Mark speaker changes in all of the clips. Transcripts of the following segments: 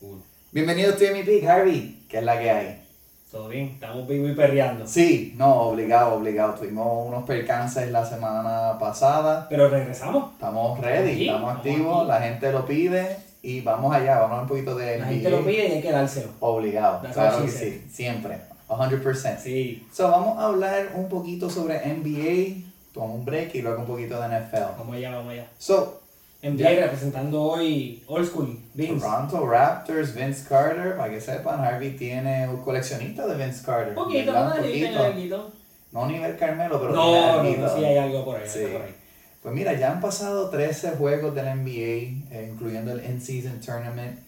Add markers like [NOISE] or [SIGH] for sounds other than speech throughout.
Speaker 1: Uno.
Speaker 2: Bienvenido a Timmy Peak, Harvey. ¿Qué es la que hay?
Speaker 1: Todo bien, estamos vivo y perreando.
Speaker 2: Sí, no, obligado, obligado. Tuvimos unos percances la semana pasada.
Speaker 1: Pero regresamos.
Speaker 2: Estamos ready,
Speaker 1: Aquí,
Speaker 2: estamos
Speaker 1: estamos
Speaker 2: activos,
Speaker 1: aquí.
Speaker 2: la gente lo pide y vamos allá, vamos a hablar un poquito de
Speaker 1: La
Speaker 2: NBA.
Speaker 1: gente lo pide y hay que dárselo.
Speaker 2: Obligado,
Speaker 1: That's
Speaker 2: claro
Speaker 1: what
Speaker 2: que
Speaker 1: she
Speaker 2: sí, siempre, 100%.
Speaker 1: Sí.
Speaker 2: So, vamos a hablar un poquito sobre NBA, toma un break y luego un poquito de NFL.
Speaker 1: Vamos allá, vamos allá.
Speaker 2: So,
Speaker 1: NBA representando hoy Old School, Vince.
Speaker 2: Toronto Raptors, Vince Carter, para que sepan, Harvey tiene un coleccionista de Vince Carter.
Speaker 1: Un poquito,
Speaker 2: ¿verdad?
Speaker 1: ¿no?
Speaker 2: Un
Speaker 1: Ahí
Speaker 2: poquito.
Speaker 1: tengo algo.
Speaker 2: No nivel Carmelo, pero tiene
Speaker 1: No, no,
Speaker 2: alguito.
Speaker 1: no, sí hay algo por ahí.
Speaker 2: Sí.
Speaker 1: algo por ahí.
Speaker 2: Pues mira, ya han pasado 13 juegos del NBA, eh, incluyendo el In-Season Tournament.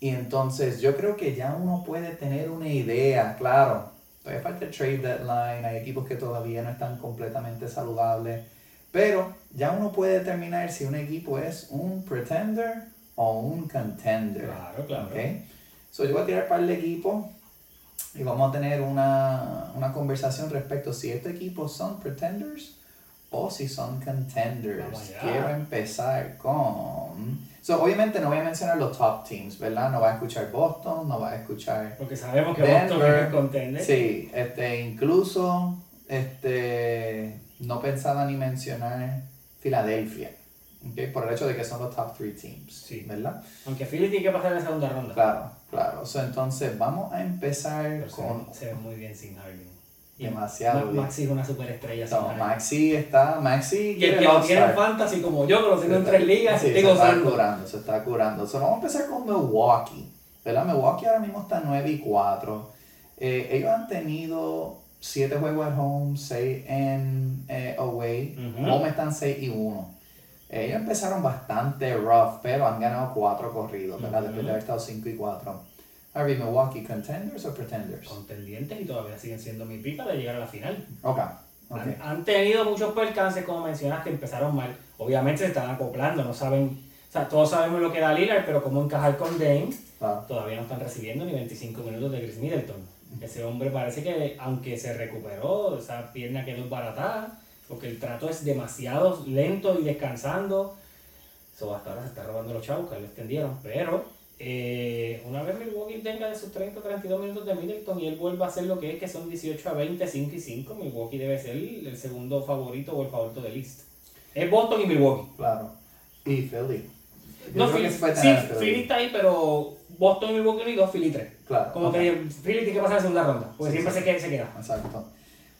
Speaker 2: Y entonces yo creo que ya uno puede tener una idea, claro. Todavía falta el trade deadline, hay equipos que todavía no están completamente saludables. Pero ya uno puede determinar si un equipo es un pretender o un contender.
Speaker 1: Claro, claro.
Speaker 2: ¿ok? So, yo voy a tirar para el equipo y vamos a tener una, una conversación respecto a si estos equipos son pretenders o si son
Speaker 1: Vamos
Speaker 2: contenders.
Speaker 1: allá.
Speaker 2: Quiero empezar con... So, obviamente no voy a mencionar los top teams, ¿verdad? No va a escuchar Boston, no va a escuchar...
Speaker 1: Porque sabemos que
Speaker 2: Denver.
Speaker 1: Boston es el contender.
Speaker 2: Sí, este, incluso este, no pensaba ni mencionar Filadelfia, ¿ok? por el hecho de que son los top three teams,
Speaker 1: Sí.
Speaker 2: ¿verdad?
Speaker 1: Aunque Philly tiene que pasar en la segunda ronda.
Speaker 2: Claro, claro. So, entonces vamos a empezar
Speaker 1: Pero se,
Speaker 2: con
Speaker 1: ve- se ve muy bien sin Harden. Y
Speaker 2: demasiado.
Speaker 1: Ma-
Speaker 2: bien.
Speaker 1: Maxi es una superestrella. sin
Speaker 2: So,
Speaker 1: Harden.
Speaker 2: Maxi está, Maxi
Speaker 1: Y el
Speaker 2: quiere
Speaker 1: que
Speaker 2: el
Speaker 1: lo tiene en
Speaker 2: All-Star.
Speaker 1: fantasy como yo, que lo tengo en
Speaker 2: Se
Speaker 1: tres
Speaker 2: está-
Speaker 1: ligas,
Speaker 2: sí,
Speaker 1: estoy
Speaker 2: se está
Speaker 1: gozando.
Speaker 2: curando, se está curando. So, vamos a empezar con Milwaukee. ¿verdad? Milwaukee ahora mismo está 9 y 4. Eh, ellos han tenido 7 juegos at home, 6 en eh, away.
Speaker 1: Ujú.
Speaker 2: Home están 6 y 1. Ellos empezaron bastante rough, pero han ganado 4 corridos, ¿verdad? Después de haber estado 5 y 4. Harvey, Milwaukee, contenders o pretenders?
Speaker 1: Contendientes y todavía siguen siendo mi pica para llegar a la final.
Speaker 2: Ok, ok.
Speaker 1: Han, han tenido muchos percances, como mencionas, que empezaron mal. Obviamente se están acoplando, no saben. O sea, todos sabemos lo que da Lillard, pero cómo encajar con Dame.
Speaker 2: Claro.
Speaker 1: Todavía no están recibiendo ni 25 minutos de Chris Middleton. Ese hombre parece que, aunque se recuperó, esa pierna quedó baratada, porque el trato es demasiado lento y descansando. So, hasta ahora se está robando los chavos, que lo extendieron. Pero eh, una vez Milwaukee tenga de sus 30 32 minutos de Middleton y él vuelva a hacer lo que es, que son 18 a 20, 5 y 5, Milwaukee debe ser el segundo favorito o el favorito de list. Es Boston y Milwaukee.
Speaker 2: Claro. Y Philly. Yo creo
Speaker 1: No,
Speaker 2: que
Speaker 1: Philly,
Speaker 2: se puede
Speaker 1: sí,
Speaker 2: tener a
Speaker 1: Philly está ahí, pero Boston y Milwaukee unidos, Philly 3.
Speaker 2: Claro.
Speaker 1: Como
Speaker 2: ok.
Speaker 1: que Philly tiene que pasar la segunda ronda, porque
Speaker 2: Sí,
Speaker 1: siempre
Speaker 2: sí.
Speaker 1: Se, queda, se queda.
Speaker 2: Exacto.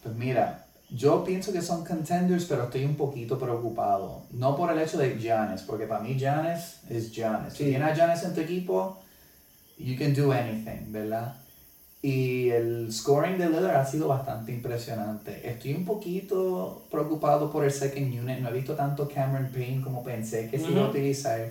Speaker 2: Pues mira, yo pienso que son contenders, pero estoy un poquito preocupado. No por el hecho de Giannis, porque para mí Giannis es Giannis. Si
Speaker 1: Sí.
Speaker 2: tienes a Giannis en tu equipo, you can do anything, ¿verdad? Y el scoring de Lillard ha sido bastante impresionante. Estoy un poquito preocupado por el second unit. No he visto tanto Cameron Payne como pensé que se iba a
Speaker 1: Ujú.
Speaker 2: utilizar.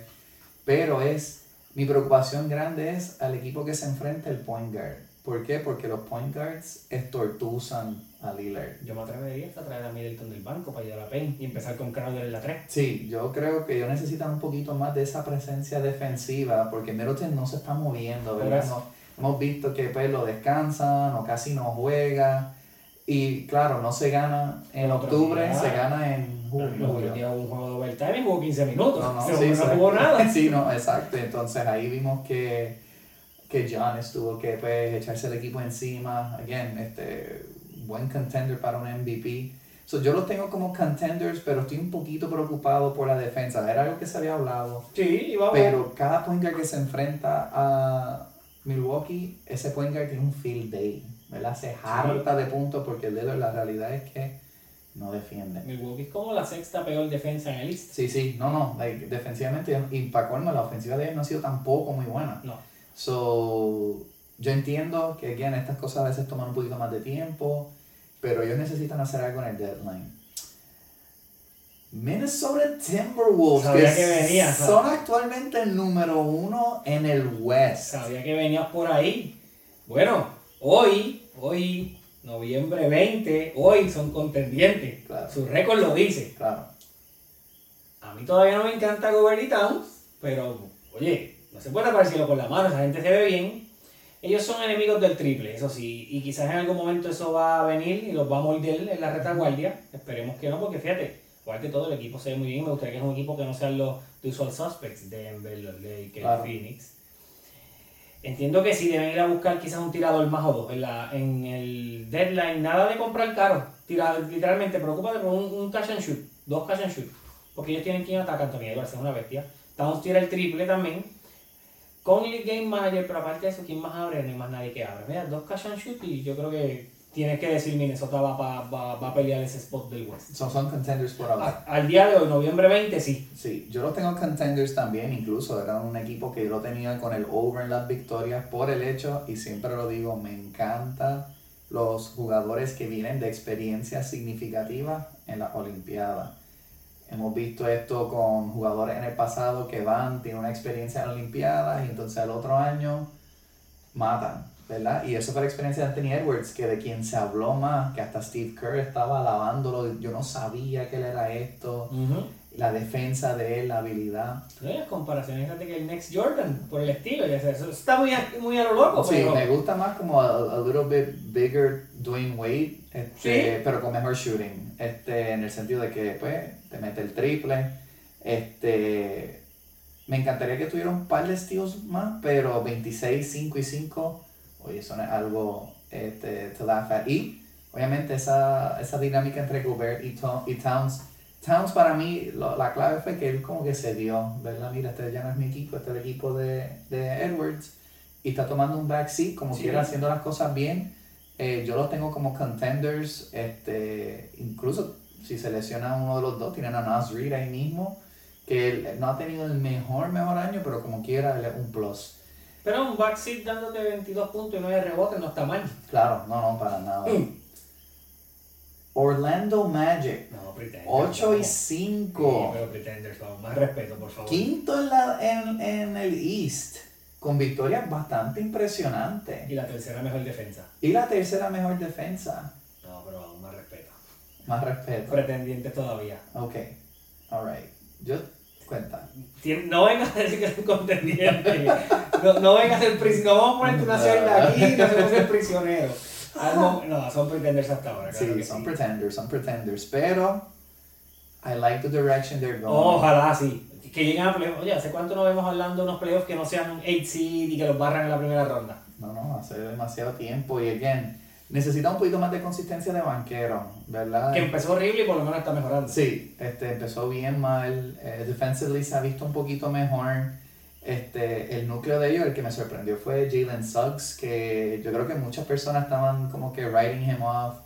Speaker 2: Pero es, mi preocupación grande es al equipo que se enfrenta el point guard. ¿Por qué? Porque los point guards estortuzan a Lillard.
Speaker 1: Yo me atrevería hasta a traer a Middleton del banco para ayudar a Payne y empezar con Crowder en la 3.
Speaker 2: Sí, yo creo que ellos necesitan un poquito más de esa presencia defensiva porque Middleton no se está moviendo, ¿verdad?
Speaker 1: Correcto.
Speaker 2: No- hemos visto que pues, lo descansan o casi no juega. Y claro, no se gana en
Speaker 1: Pero
Speaker 2: octubre,
Speaker 1: oportunidad.
Speaker 2: se gana en ju- en julio.
Speaker 1: Milwaukee tiene un juego de overtime y jugó 15 minutos.
Speaker 2: No, no,
Speaker 1: Se
Speaker 2: sí,
Speaker 1: no
Speaker 2: exacto.
Speaker 1: jugó
Speaker 2: [LAUGHS]
Speaker 1: nada.
Speaker 2: Sí, no, exacto. Entonces ahí vimos que, que Giannis tuvo que pues, echarse el equipo encima. Again, este, buen contender para un MVP. So, yo los tengo como contenders, pero estoy un poquito preocupado por la defensa. Era algo que se había hablado.
Speaker 1: Sí, y vamos.
Speaker 2: Pero cada point guard que se enfrenta a Milwaukee, ese point guard tiene un field day. ¿verdad? Se harta de puntos porque Lillard la realidad es que no defiende.
Speaker 1: Milwaukee es como la sexta peor defensa en el list.
Speaker 2: Sí, sí, no, no, like, defensivamente y para colmo, la ofensiva de ellos no ha sido tampoco muy buena.
Speaker 1: No.
Speaker 2: So, yo entiendo que again, estas cosas a veces toman un poquito más de tiempo, pero ellos necesitan hacer algo en el deadline. Minnesota Timberwolves,
Speaker 1: Sabía que venía, ¿sabes?
Speaker 2: son actualmente el número uno en el West.
Speaker 1: Sabía que venías por ahí. Bueno, hoy, hoy, noviembre 20, hoy son contendientes.
Speaker 2: Claro.
Speaker 1: Su récord lo dice.
Speaker 2: Claro,
Speaker 1: A mí todavía no me encanta Goberny Towns, pero oye, no se puede tapar el cielo con la mano, esa gente se ve bien. Ellos son enemigos del triple, eso sí, y quizás en algún momento eso va a venir y los va a morder en la retaguardia. Esperemos que no, porque fíjate, aparte todo el equipo se ve muy bien. Me gustaría que es un equipo que no sean los usual suspects de Denver, los Lakers,
Speaker 2: Claro.
Speaker 1: Phoenix. Entiendo que sí, deben ir a buscar quizás un tirador más o dos. En, la, en el deadline, nada de comprar caro. Tira, literalmente, preocúpate con un, un catch and shoot, dos catch and shoot. Porque ellos tienen quien ataca, Anthony Edwards es una bestia. Towns tira el triple también. Conley Game Manager, pero aparte de eso, ¿quién más abre? No hay más nadie que abre. Mira, dos catch and shoot y yo creo que tienes que decir Minnesota va, va, va, va a pelear ese spot del West.
Speaker 2: So, son contenders por ahora.
Speaker 1: A- al día de hoy, noviembre 20, sí.
Speaker 2: Sí, yo los tengo contenders también, incluso era un equipo que yo lo tenía con el over en las victorias por el hecho, y siempre lo digo, me encanta los jugadores que vienen de experiencias significativas en las Olimpiadas. Hemos visto esto con jugadores en el pasado que van, tienen una experiencia en Olimpiadas y entonces al otro año matan, ¿verdad? Y eso fue la experiencia de Anthony Edwards, que de quien se habló más, que hasta Steve Kerr estaba alabándolo, yo no sabía que él era esto la defensa de él, la habilidad.
Speaker 1: No, y las comparaciones fíjate que el Next Jordan, por el estilo, ya sé, eso está muy a, muy a lo loco,
Speaker 2: sí,
Speaker 1: pues, pero
Speaker 2: me gusta más como a, a little bit bigger Dwayne Wade, este, pero con mejor shooting. Este, en el sentido de que pues, te mete el triple. Este, me encantaría que tuviera un par de steals más, pero 26, 5 y 5, oye, eso no es algo este, to laugh at. Y obviamente esa, esa dinámica entre Gobert y, To- y Towns. Towns para mí, lo- la clave fue que él como que se dio, ¿verdad? Mira, este ya no es mi equipo, este es el equipo de, de Edwards. Y está tomando un backseat, como
Speaker 1: Sí.
Speaker 2: quiera, haciendo las cosas bien. Eh, yo los tengo como contenders, este, incluso si se lesiona uno de los dos, tienen a Nas Reed ahí mismo, que él no ha tenido el mejor, mejor año, pero como quiera, él es un plus.
Speaker 1: pero un backseat dándote 22 puntos y 9 rebotes no está mal.
Speaker 2: Claro, no, no, para nada.
Speaker 1: Mm.
Speaker 2: Orlando Magic,
Speaker 1: No, Pretenders.
Speaker 2: 8 y
Speaker 1: vamos. Sí,
Speaker 2: 5.
Speaker 1: pero Pretenders, vamos, más respeto, por favor.
Speaker 2: Quinto en, la, en, en el East, con victorias bastante impresionantes.
Speaker 1: Y la tercera mejor defensa.
Speaker 2: Y la tercera mejor defensa.
Speaker 1: No, pero vamos, más respeto.
Speaker 2: Más respeto.
Speaker 1: Pretendientes todavía.
Speaker 2: Ok, alright. Yo, cuenta.
Speaker 1: Tien- No vengas a decir que son contendientes. No, no vengas a ser prisionero. No vamos a ponerte una
Speaker 2: Ah.
Speaker 1: celda aquí, no se puede ser prisionero. Ah, no, no, son pretenders hasta ahora. Claro
Speaker 2: Sí,
Speaker 1: que
Speaker 2: son
Speaker 1: sí.
Speaker 2: pretenders, son pretenders, pero I like the direction they're going.
Speaker 1: Oh, Ojalá sí. Que lleguen a playoffs. Oye, ¿hace cuánto no vemos hablando de unos playoffs que no sean 8 seed y que los barran en la primera ronda?
Speaker 2: No, no, hace demasiado tiempo y again, necesita un poquito más de consistencia de banquero, ¿verdad?
Speaker 1: Que empezó horrible y por lo menos está mejorando.
Speaker 2: Sí, este, empezó bien mal. eh, defensively se ha visto un poquito mejor. Este, el núcleo de ellos, el que me sorprendió fue Jalen Suggs, que yo creo que muchas personas estaban como que writing him off.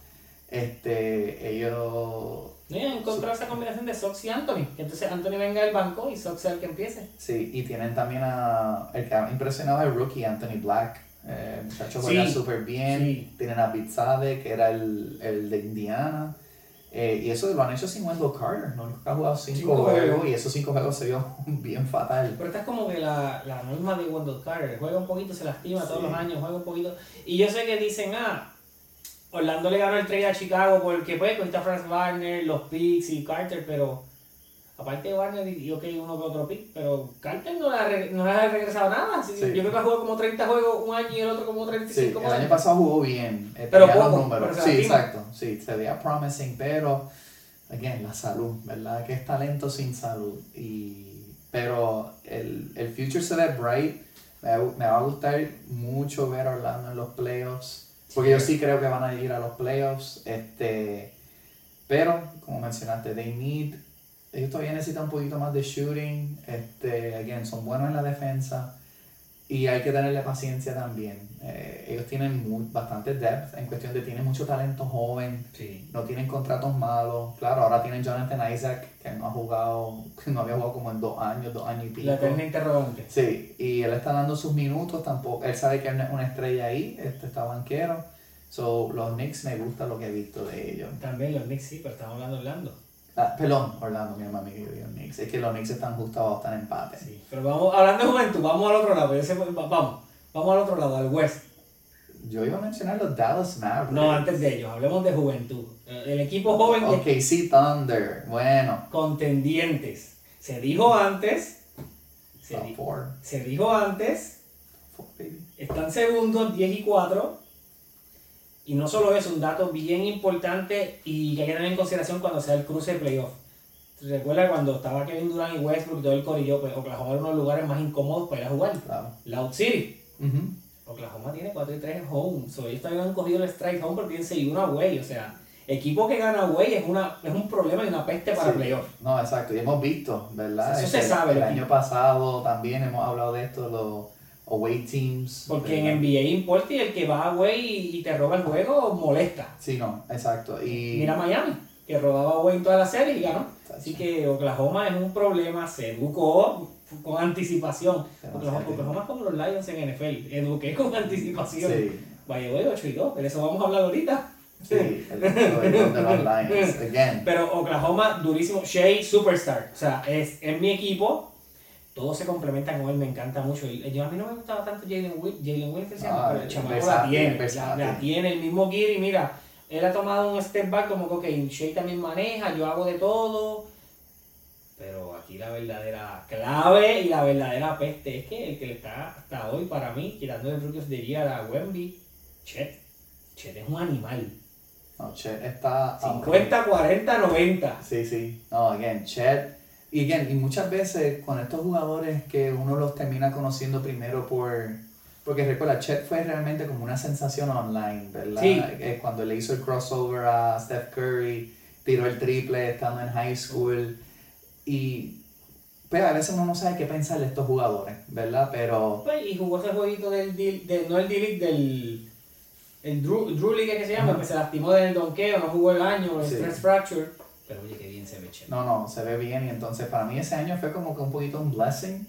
Speaker 2: Este, ellos,
Speaker 1: Y encontrar esa combinación de Sox y Anthony. Que entonces Anthony venga del banco y Sox sea el que empiece.
Speaker 2: sí, y tienen también a, el que ha impresionado al rookie Anthony Black. Eh, el muchacho
Speaker 1: Sí,
Speaker 2: juega súper bien.
Speaker 1: sí.
Speaker 2: Tienen a Pizzade, que era el, el de Indiana. Eh, y eso lo han hecho sin Wendell Carter, ¿no? ha jugado cinco,
Speaker 1: Cinco
Speaker 2: juegos,
Speaker 1: juegos.
Speaker 2: y esos cinco juegos se vio [LAUGHS] bien fatal.
Speaker 1: Pero esta es como que la, la norma de Wendell Carter. Juega un poquito, se lastima todos
Speaker 2: Sí.
Speaker 1: los años, juega un poquito. Y yo sé que dicen, ah, Orlando le ganó el trade a Chicago porque pues con esta Franz Wagner, los picks y Carter, pero aparte de Wagner y y, ok, uno que otro pick, pero Carter no le ha, re- no le ha regresado nada. Así que
Speaker 2: Sí.
Speaker 1: Yo creo que ha jugado como 30 juegos un año y el otro como
Speaker 2: Sí,
Speaker 1: 35
Speaker 2: el
Speaker 1: por
Speaker 2: año
Speaker 1: año.
Speaker 2: pasado jugó bien. eh,
Speaker 1: Pero
Speaker 2: tenía los
Speaker 1: poco,
Speaker 2: números.
Speaker 1: pero se
Speaker 2: sí,
Speaker 1: lastima.
Speaker 2: exacto. Sí, se veía promising, pero, again, la salud, ¿verdad? Que es talento sin salud. Y, pero el, el future se ve bright. Me, va- me va a gustar mucho ver a Orlando en los playoffs. Porque yo sí creo que van a ir a los playoffs. Este, pero, como mencionaste, they need. Ellos todavía necesitan un poquito más de shooting. Este, again, son buenos en la defensa. Y hay que tenerle paciencia también. Eh, ellos tienen mu- bastante depth en cuestión de tienen mucho talento joven,
Speaker 1: Sí.
Speaker 2: no tienen contratos malos. Claro, ahora tienen Jonathan Isaac, que no ha jugado, [LAUGHS] que no había jugado como en dos años, dos años y pico.
Speaker 1: La eterna interrogante.
Speaker 2: Sí, y él está dando sus minutos, tampoco, él sabe que él no es una estrella ahí, este está banquero. So, los Knicks me gusta lo que he visto de ellos.
Speaker 1: También los Knicks sí, pero estamos hablando de Orlando.
Speaker 2: Ah, perdón, Orlando, mi mamá, que yo digo Knicks. Es que los Knicks están justo abajo, están en empate.
Speaker 1: Sí. Pero vamos, hablando de juventud, vamos al otro lado. Yo sé- vamos, vamos al otro lado, al West.
Speaker 2: Yo iba a mencionar los Dallas Mavericks.
Speaker 1: No, antes de ellos, hablemos de juventud. Eh, El equipo joven que-
Speaker 2: Ok, sí, Thunder. Bueno.
Speaker 1: contendientes. Se dijo antes, se,
Speaker 2: Top
Speaker 1: di-
Speaker 2: four.
Speaker 1: se dijo antes,
Speaker 2: Four, baby.
Speaker 1: están segundos 10 y 4. Y no solo eso, un dato bien importante y que hay que tener en consideración cuando sea el cruce de playoff. Recuerda cuando estaba Kevin Durant y Westbrook, todo el corillo, pues Oklahoma era uno de los lugares más incómodos para ir a jugar.
Speaker 2: Claro.
Speaker 1: Loud City.
Speaker 2: Ujú.
Speaker 1: Oklahoma tiene 4 y 3 en home. So, ellos todavía no han cogido el strike home, pero tienen 6 y 1 away. O sea, equipo que gana away es, una, es un problema y una peste para
Speaker 2: Sí.
Speaker 1: playoff.
Speaker 2: No, exacto, y hemos visto, ¿verdad?
Speaker 1: Eso se
Speaker 2: Este,
Speaker 1: sabe,
Speaker 2: El
Speaker 1: ¿no?
Speaker 2: año pasado también hemos hablado de esto, los away teams.
Speaker 1: Porque
Speaker 2: ¿verdad?
Speaker 1: en NBA importa y el que va away y, y te roba el juego molesta.
Speaker 2: Sí, no, exacto. Y...
Speaker 1: Mira Miami, que robaba away en toda la serie y ganó.
Speaker 2: Exacto.
Speaker 1: Así que Oklahoma es un problema, se educó con anticipación.
Speaker 2: Demasiado
Speaker 1: Oklahoma, Oklahoma es como los Lions en NFL, eduqué con [LAUGHS] anticipación.
Speaker 2: Sí,
Speaker 1: Vaya, güey, 8 y 2, pero eso vamos a hablar ahorita.
Speaker 2: sí, el de los Lions, again.
Speaker 1: Pero Oklahoma, durísimo. Shea, superstar. O sea, es, es mi equipo. Todo se complementa con él, me encanta mucho. Y eh, Yo, a mí no me gustaba tanto Jalen Will, Jalen Williams,
Speaker 2: Ah,
Speaker 1: pero el
Speaker 2: es
Speaker 1: chamaco la
Speaker 2: versátil,
Speaker 1: tiene.
Speaker 2: es
Speaker 1: La, la
Speaker 2: versátil.
Speaker 1: tiene, el mismo Giri, mira. Él ha tomado un step back como que, ok, Shea también maneja, yo hago de todo. Pero aquí la verdadera clave y la verdadera peste es que el que le está hasta hoy para mí, quitando el rookie de Year a Wemby, Chet. Chet es un animal.
Speaker 2: No, Chet está...
Speaker 1: 50, 40, 90.
Speaker 2: Sí, sí. No, again, Chet. Y again, y muchas veces con estos jugadores que uno los termina conociendo primero por... Porque recuerda, Chet fue realmente como una sensación online, ¿verdad?
Speaker 1: Sí.
Speaker 2: Eh, Cuando le hizo el crossover a Steph Curry, tiró el triple estando en high school. Y pues a veces uno no sabe qué pensar de estos jugadores, ¿verdad? Pero...
Speaker 1: Pues, y jugó ese jueguito del, D- del no el D-League, del el Drew, Drew League que se llama,
Speaker 2: Ajá.
Speaker 1: que se lastimó del donqueo, no jugó el año, el
Speaker 2: Sí.
Speaker 1: stress fracture. Pero oye, qué bien se ve Chet.
Speaker 2: No, no, se ve bien y entonces para mí ese año fue como que un poquito un blessing.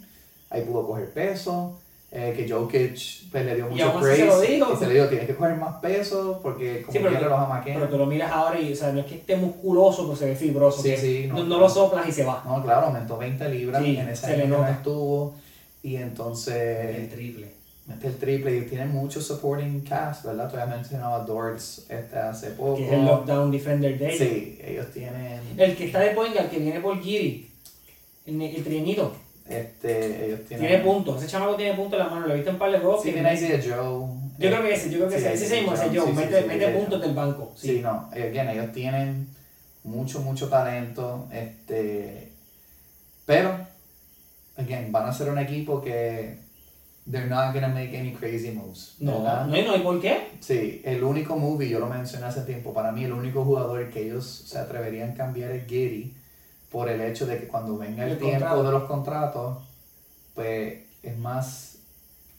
Speaker 2: Ahí pudo coger peso, eh, que Jokic pues, le dio mucho
Speaker 1: aún así
Speaker 2: praise.
Speaker 1: se lo digo.
Speaker 2: Y se le dijo, tienes que coger más peso porque como
Speaker 1: Sí, pero-
Speaker 2: quiera los amaquean.
Speaker 1: Pero tú lo miras ahora y, o sea, no es que esté musculoso, pero se ve fibroso.
Speaker 2: Sí,
Speaker 1: que
Speaker 2: sí,
Speaker 1: no,
Speaker 2: no.
Speaker 1: no lo soplas y se va.
Speaker 2: No, claro, aumentó 20 libras
Speaker 1: Sí,
Speaker 2: en ese
Speaker 1: se le
Speaker 2: año
Speaker 1: nota.
Speaker 2: no estuvo. Y
Speaker 1: El
Speaker 2: entonces
Speaker 1: triple.
Speaker 2: mete el triple y tiene mucho supporting cast, ¿verdad? Tú ya mencionabas Dortz este, hace poco.
Speaker 1: Que es el Lockdown Defender Day.
Speaker 2: sí, ellos tienen...
Speaker 1: El que está de point guard, que viene por Giri, el, ne- el trienito,
Speaker 2: Este, ellos tienen...
Speaker 1: tiene puntos. Ese chamaco tiene puntos en la mano, lo he visto en par de juegos.
Speaker 2: Sí,
Speaker 1: que-
Speaker 2: tiene Isaiah Joe.
Speaker 1: yo creo que ese, yo creo que
Speaker 2: Sí,
Speaker 1: ese,
Speaker 2: ahí
Speaker 1: ese
Speaker 2: tiene
Speaker 1: mismo, ese
Speaker 2: Brown,
Speaker 1: yo,
Speaker 2: sí, sí,
Speaker 1: mete,
Speaker 2: sí,
Speaker 1: mete
Speaker 2: Isaiah
Speaker 1: puntos
Speaker 2: Joe.
Speaker 1: del banco.
Speaker 2: Sí, no, again, ellos tienen mucho, mucho talento, este, pero, again, van a ser un equipo que they're not gonna make any crazy moves,
Speaker 1: No,
Speaker 2: ¿verdad?
Speaker 1: no, y no hay por qué.
Speaker 2: Sí, el único movie, yo lo mencioné hace tiempo, para mí el único jugador que ellos se atreverían a cambiar es Giddy por el hecho de que cuando venga el,
Speaker 1: El
Speaker 2: tiempo
Speaker 1: contrato.
Speaker 2: de los contratos, pues es más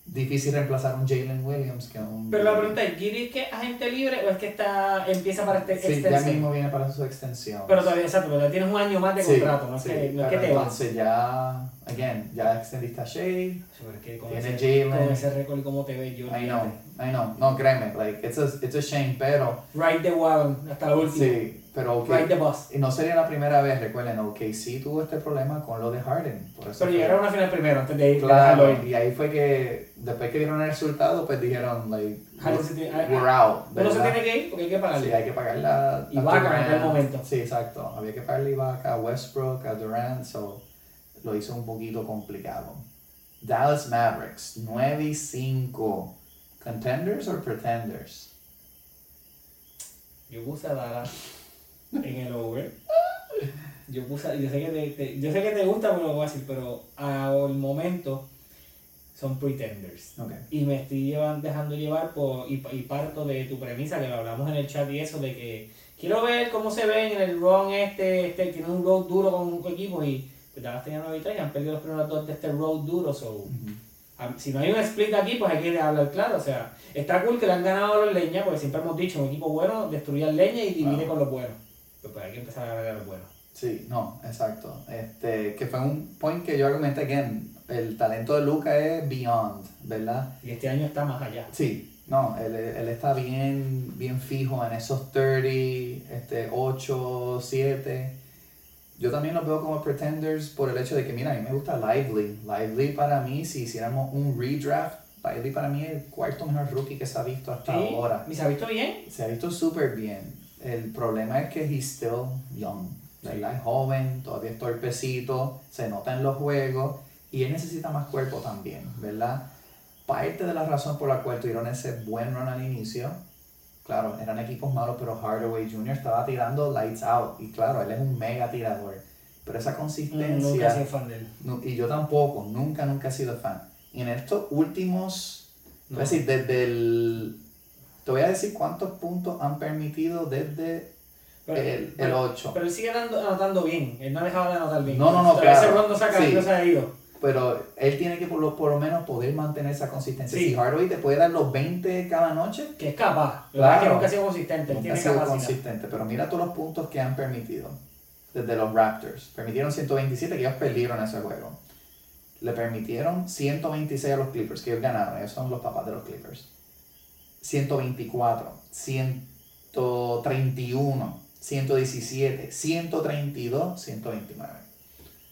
Speaker 2: difícil reemplazar un Jalen Williams que un...
Speaker 1: Pero la
Speaker 2: Giddy.
Speaker 1: pregunta es, ¿Giri es que es agente libre o es que está empieza para este
Speaker 2: Sí, ya
Speaker 1: extensión?
Speaker 2: mismo viene para su extensión.
Speaker 1: Pero todavía, exacto, pero todavía tienes un año más de contrato, no es, que, no es que
Speaker 2: pero
Speaker 1: te vas.
Speaker 2: entonces ya, again, ya extendiste a Shea.
Speaker 1: Pero es que con
Speaker 2: Tiene
Speaker 1: ese,
Speaker 2: Jalen.
Speaker 1: con ese récord y cómo te ves, yo
Speaker 2: I know, I know. No, créeme, like, it's a, it's a shame, pero,
Speaker 1: Ride the wagon hasta la última.
Speaker 2: sí, pero ok.
Speaker 1: Ride the bus.
Speaker 2: Y no sería la primera vez, recuerden, ok, sí tuvo este problema con lo de Harden. Por eso
Speaker 1: Pero
Speaker 2: fue-
Speaker 1: llegaron a una final primero antes de ir. dejarlo
Speaker 2: Claro,
Speaker 1: ir.
Speaker 2: y ahí fue que, después que vieron el resultado, pues dijeron, like,
Speaker 1: Harden
Speaker 2: we're,
Speaker 1: se tiene-
Speaker 2: we're out,
Speaker 1: Uno se
Speaker 2: ¿verdad?
Speaker 1: tiene que ir porque hay que pagarle.
Speaker 2: Sí, hay que pagar la.
Speaker 1: Y Ibaka en
Speaker 2: Durant.
Speaker 1: aquel momento.
Speaker 2: Sí, exacto. Había que pagarle a Ibaka, a Westbrook, a Durant, so lo hizo un poquito complicado. Dallas Mavericks, 9 y 5. ¿Contenders o pretenders?
Speaker 1: Yo puse a Dallas en el over. Yo puse, a- yo sé que te, te- yo sé que te gusta, pero lo voy a decir, pero al momento son pretenders.
Speaker 2: Ok.
Speaker 1: Y me estoy llevan- dejando llevar por, y, y parto de tu premisa, que lo hablamos en el chat y eso, de que quiero ver cómo se ven en el round este, este tiene un road duro con un equipo y pues Dallas tenía 9 y 3 y han perdido los primeros dos de este road duro, so, a- si no hay un split aquí, pues hay que hablar claro, o sea, está cool que le han ganado a los leña, porque siempre hemos dicho, un equipo bueno destruye al leña y divide
Speaker 2: Claro.
Speaker 1: con los buenos, pero pues hay que empezar a ganar a los buenos.
Speaker 2: Sí, no, exacto. Este, que fue un point que yo argumenté, again, el talento de Luca es beyond, ¿verdad?
Speaker 1: Y este año está más allá.
Speaker 2: Sí, no, él, él está bien, bien fijo en esos 30, este, 8, 7. Yo también los veo como pretenders por el hecho de que, mira, a mí me gusta Lively. Lively para mí, si hiciéramos un redraft, Lively para mí es el cuarto mejor rookie que se ha visto hasta
Speaker 1: Sí,
Speaker 2: ahora.
Speaker 1: ¿Y se ha visto bien?
Speaker 2: Se ha visto súper bien. El problema es que he's still young, ¿verdad? Es joven, todavía es torpecito, se nota en los juegos y él necesita más cuerpo también, ¿verdad? Parte de la razón por la cual tuvieron ese buen run al inicio, claro, eran equipos malos, pero Hardaway Jr. estaba tirando lights out y claro, él es un mega tirador, pero esa consistencia...
Speaker 1: Nunca he sido fan de él.
Speaker 2: No, y yo tampoco, nunca, nunca he sido fan. Y en estos últimos
Speaker 1: No.
Speaker 2: Es decir, desde el. Te voy a decir cuántos puntos han permitido desde
Speaker 1: Pero-
Speaker 2: el, el
Speaker 1: pero-
Speaker 2: 8.
Speaker 1: Pero él sigue dando- anotando bien. Él no ha dejado de anotar bien.
Speaker 2: No, no, no,
Speaker 1: Todavía ese
Speaker 2: claro.
Speaker 1: Ron no se, ha-
Speaker 2: Sí.
Speaker 1: no se ha ido.
Speaker 2: Pero él tiene que por lo, por lo menos poder mantener esa consistencia.
Speaker 1: Sí.
Speaker 2: Si Hardaway te puede dar los 20 cada noche,
Speaker 1: Que es capaz. Lo que pasa es que
Speaker 2: Claro.
Speaker 1: nunca ha sido consistente. Él
Speaker 2: nunca ha
Speaker 1: tiene
Speaker 2: sido
Speaker 1: capacidad.
Speaker 2: consistente. Pero mira todos los puntos que han permitido desde los Raptors. Permitieron 127 que ellos perdieron ese juego. Le permitieron 126 a los Clippers, que ellos ganaron. Ellos son los papás de los Clippers. 124, 131, 117, 132, 129. O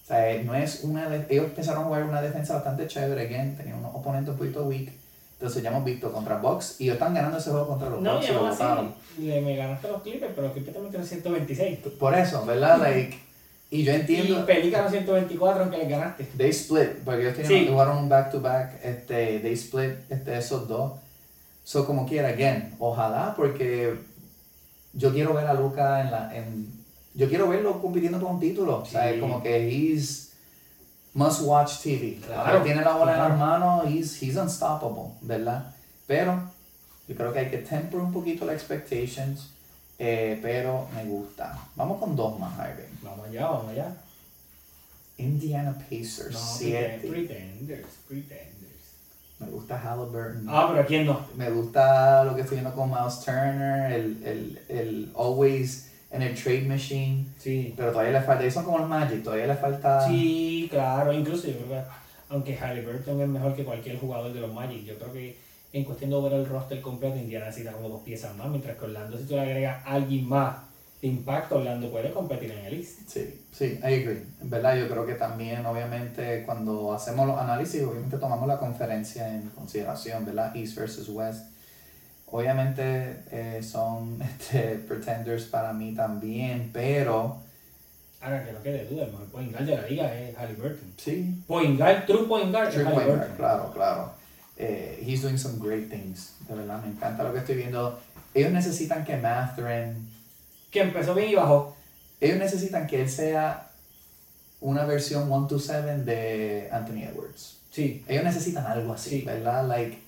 Speaker 2: sea, eh, no es una de- ellos empezaron a jugar una defensa bastante chévere, again, tenían unos oponentes un poquito weak. Entonces ya hemos visto contra Box y ellos están ganando ese juego contra los
Speaker 1: No,
Speaker 2: Bucks
Speaker 1: y
Speaker 2: y lo
Speaker 1: aún así,
Speaker 2: botaron.
Speaker 1: le, me ganaste los Clippers, pero los Clippers también tienen 126.
Speaker 2: Por eso, ¿verdad? Like, y yo
Speaker 1: Y
Speaker 2: entiendo,
Speaker 1: Pelican 124, aunque les ganaste.
Speaker 2: they split, porque ellos tenían
Speaker 1: Sí.
Speaker 2: jugaron un back-to-back, este, they split este, esos dos. So, como quiera, again, ojalá, porque yo quiero ver a Luca en la... En, yo quiero verlo compitiendo por un título, o sea,
Speaker 1: Sí.
Speaker 2: es como que he's must watch TV.
Speaker 1: Claro,
Speaker 2: Ahora tiene la bola en
Speaker 1: claro.
Speaker 2: las manos, he's, he's unstoppable, ¿verdad? Pero yo creo que hay que temper un poquito las expectations, eh, pero me gusta. Vamos con dos más, Irving.
Speaker 1: Vamos allá, vamos allá.
Speaker 2: Indiana Pacers,
Speaker 1: No,
Speaker 2: 7.
Speaker 1: pretenders, pretenders.
Speaker 2: Me gusta Halliburton.
Speaker 1: Ah, pero ¿quién no?
Speaker 2: Me gusta lo que estoy viendo con Miles Turner, el, el, el always en el trade machine.
Speaker 1: Sí.
Speaker 2: Pero todavía le falta, ellos son como los Magic, todavía le falta... Ah.
Speaker 1: Sí, claro, incluso yo creo que, aunque Halliburton es mejor que cualquier jugador de los Magic, yo creo que en cuestión de ver el roster completo, Indiana necesita como dos piezas más, mientras que Orlando, si tú le agregas a alguien más de impacto, Orlando puede competir en el East.
Speaker 2: Sí, sí, I agree. En verdad, yo creo que también, obviamente, cuando hacemos los análisis, obviamente tomamos la conferencia en consideración, ¿verdad? East versus West. Obviamente eh, son [LAUGHS] este, pretenders para mí también, pero
Speaker 1: Ahora que no quede duda, el mejor point guard de la liga es Halliburton.
Speaker 2: sí,
Speaker 1: Point guard, true point guard
Speaker 2: True
Speaker 1: es
Speaker 2: point guard,
Speaker 1: Halliburton.
Speaker 2: claro, claro. Eh, he's doing some great things. De verdad, me encanta lo que estoy viendo. Ellos necesitan que Mathurin,
Speaker 1: Que empezó bien y bajó.
Speaker 2: ellos necesitan que él sea una versión 127 de Anthony Edwards.
Speaker 1: Sí.
Speaker 2: Ellos necesitan algo así,
Speaker 1: Sí.
Speaker 2: ¿verdad? Like,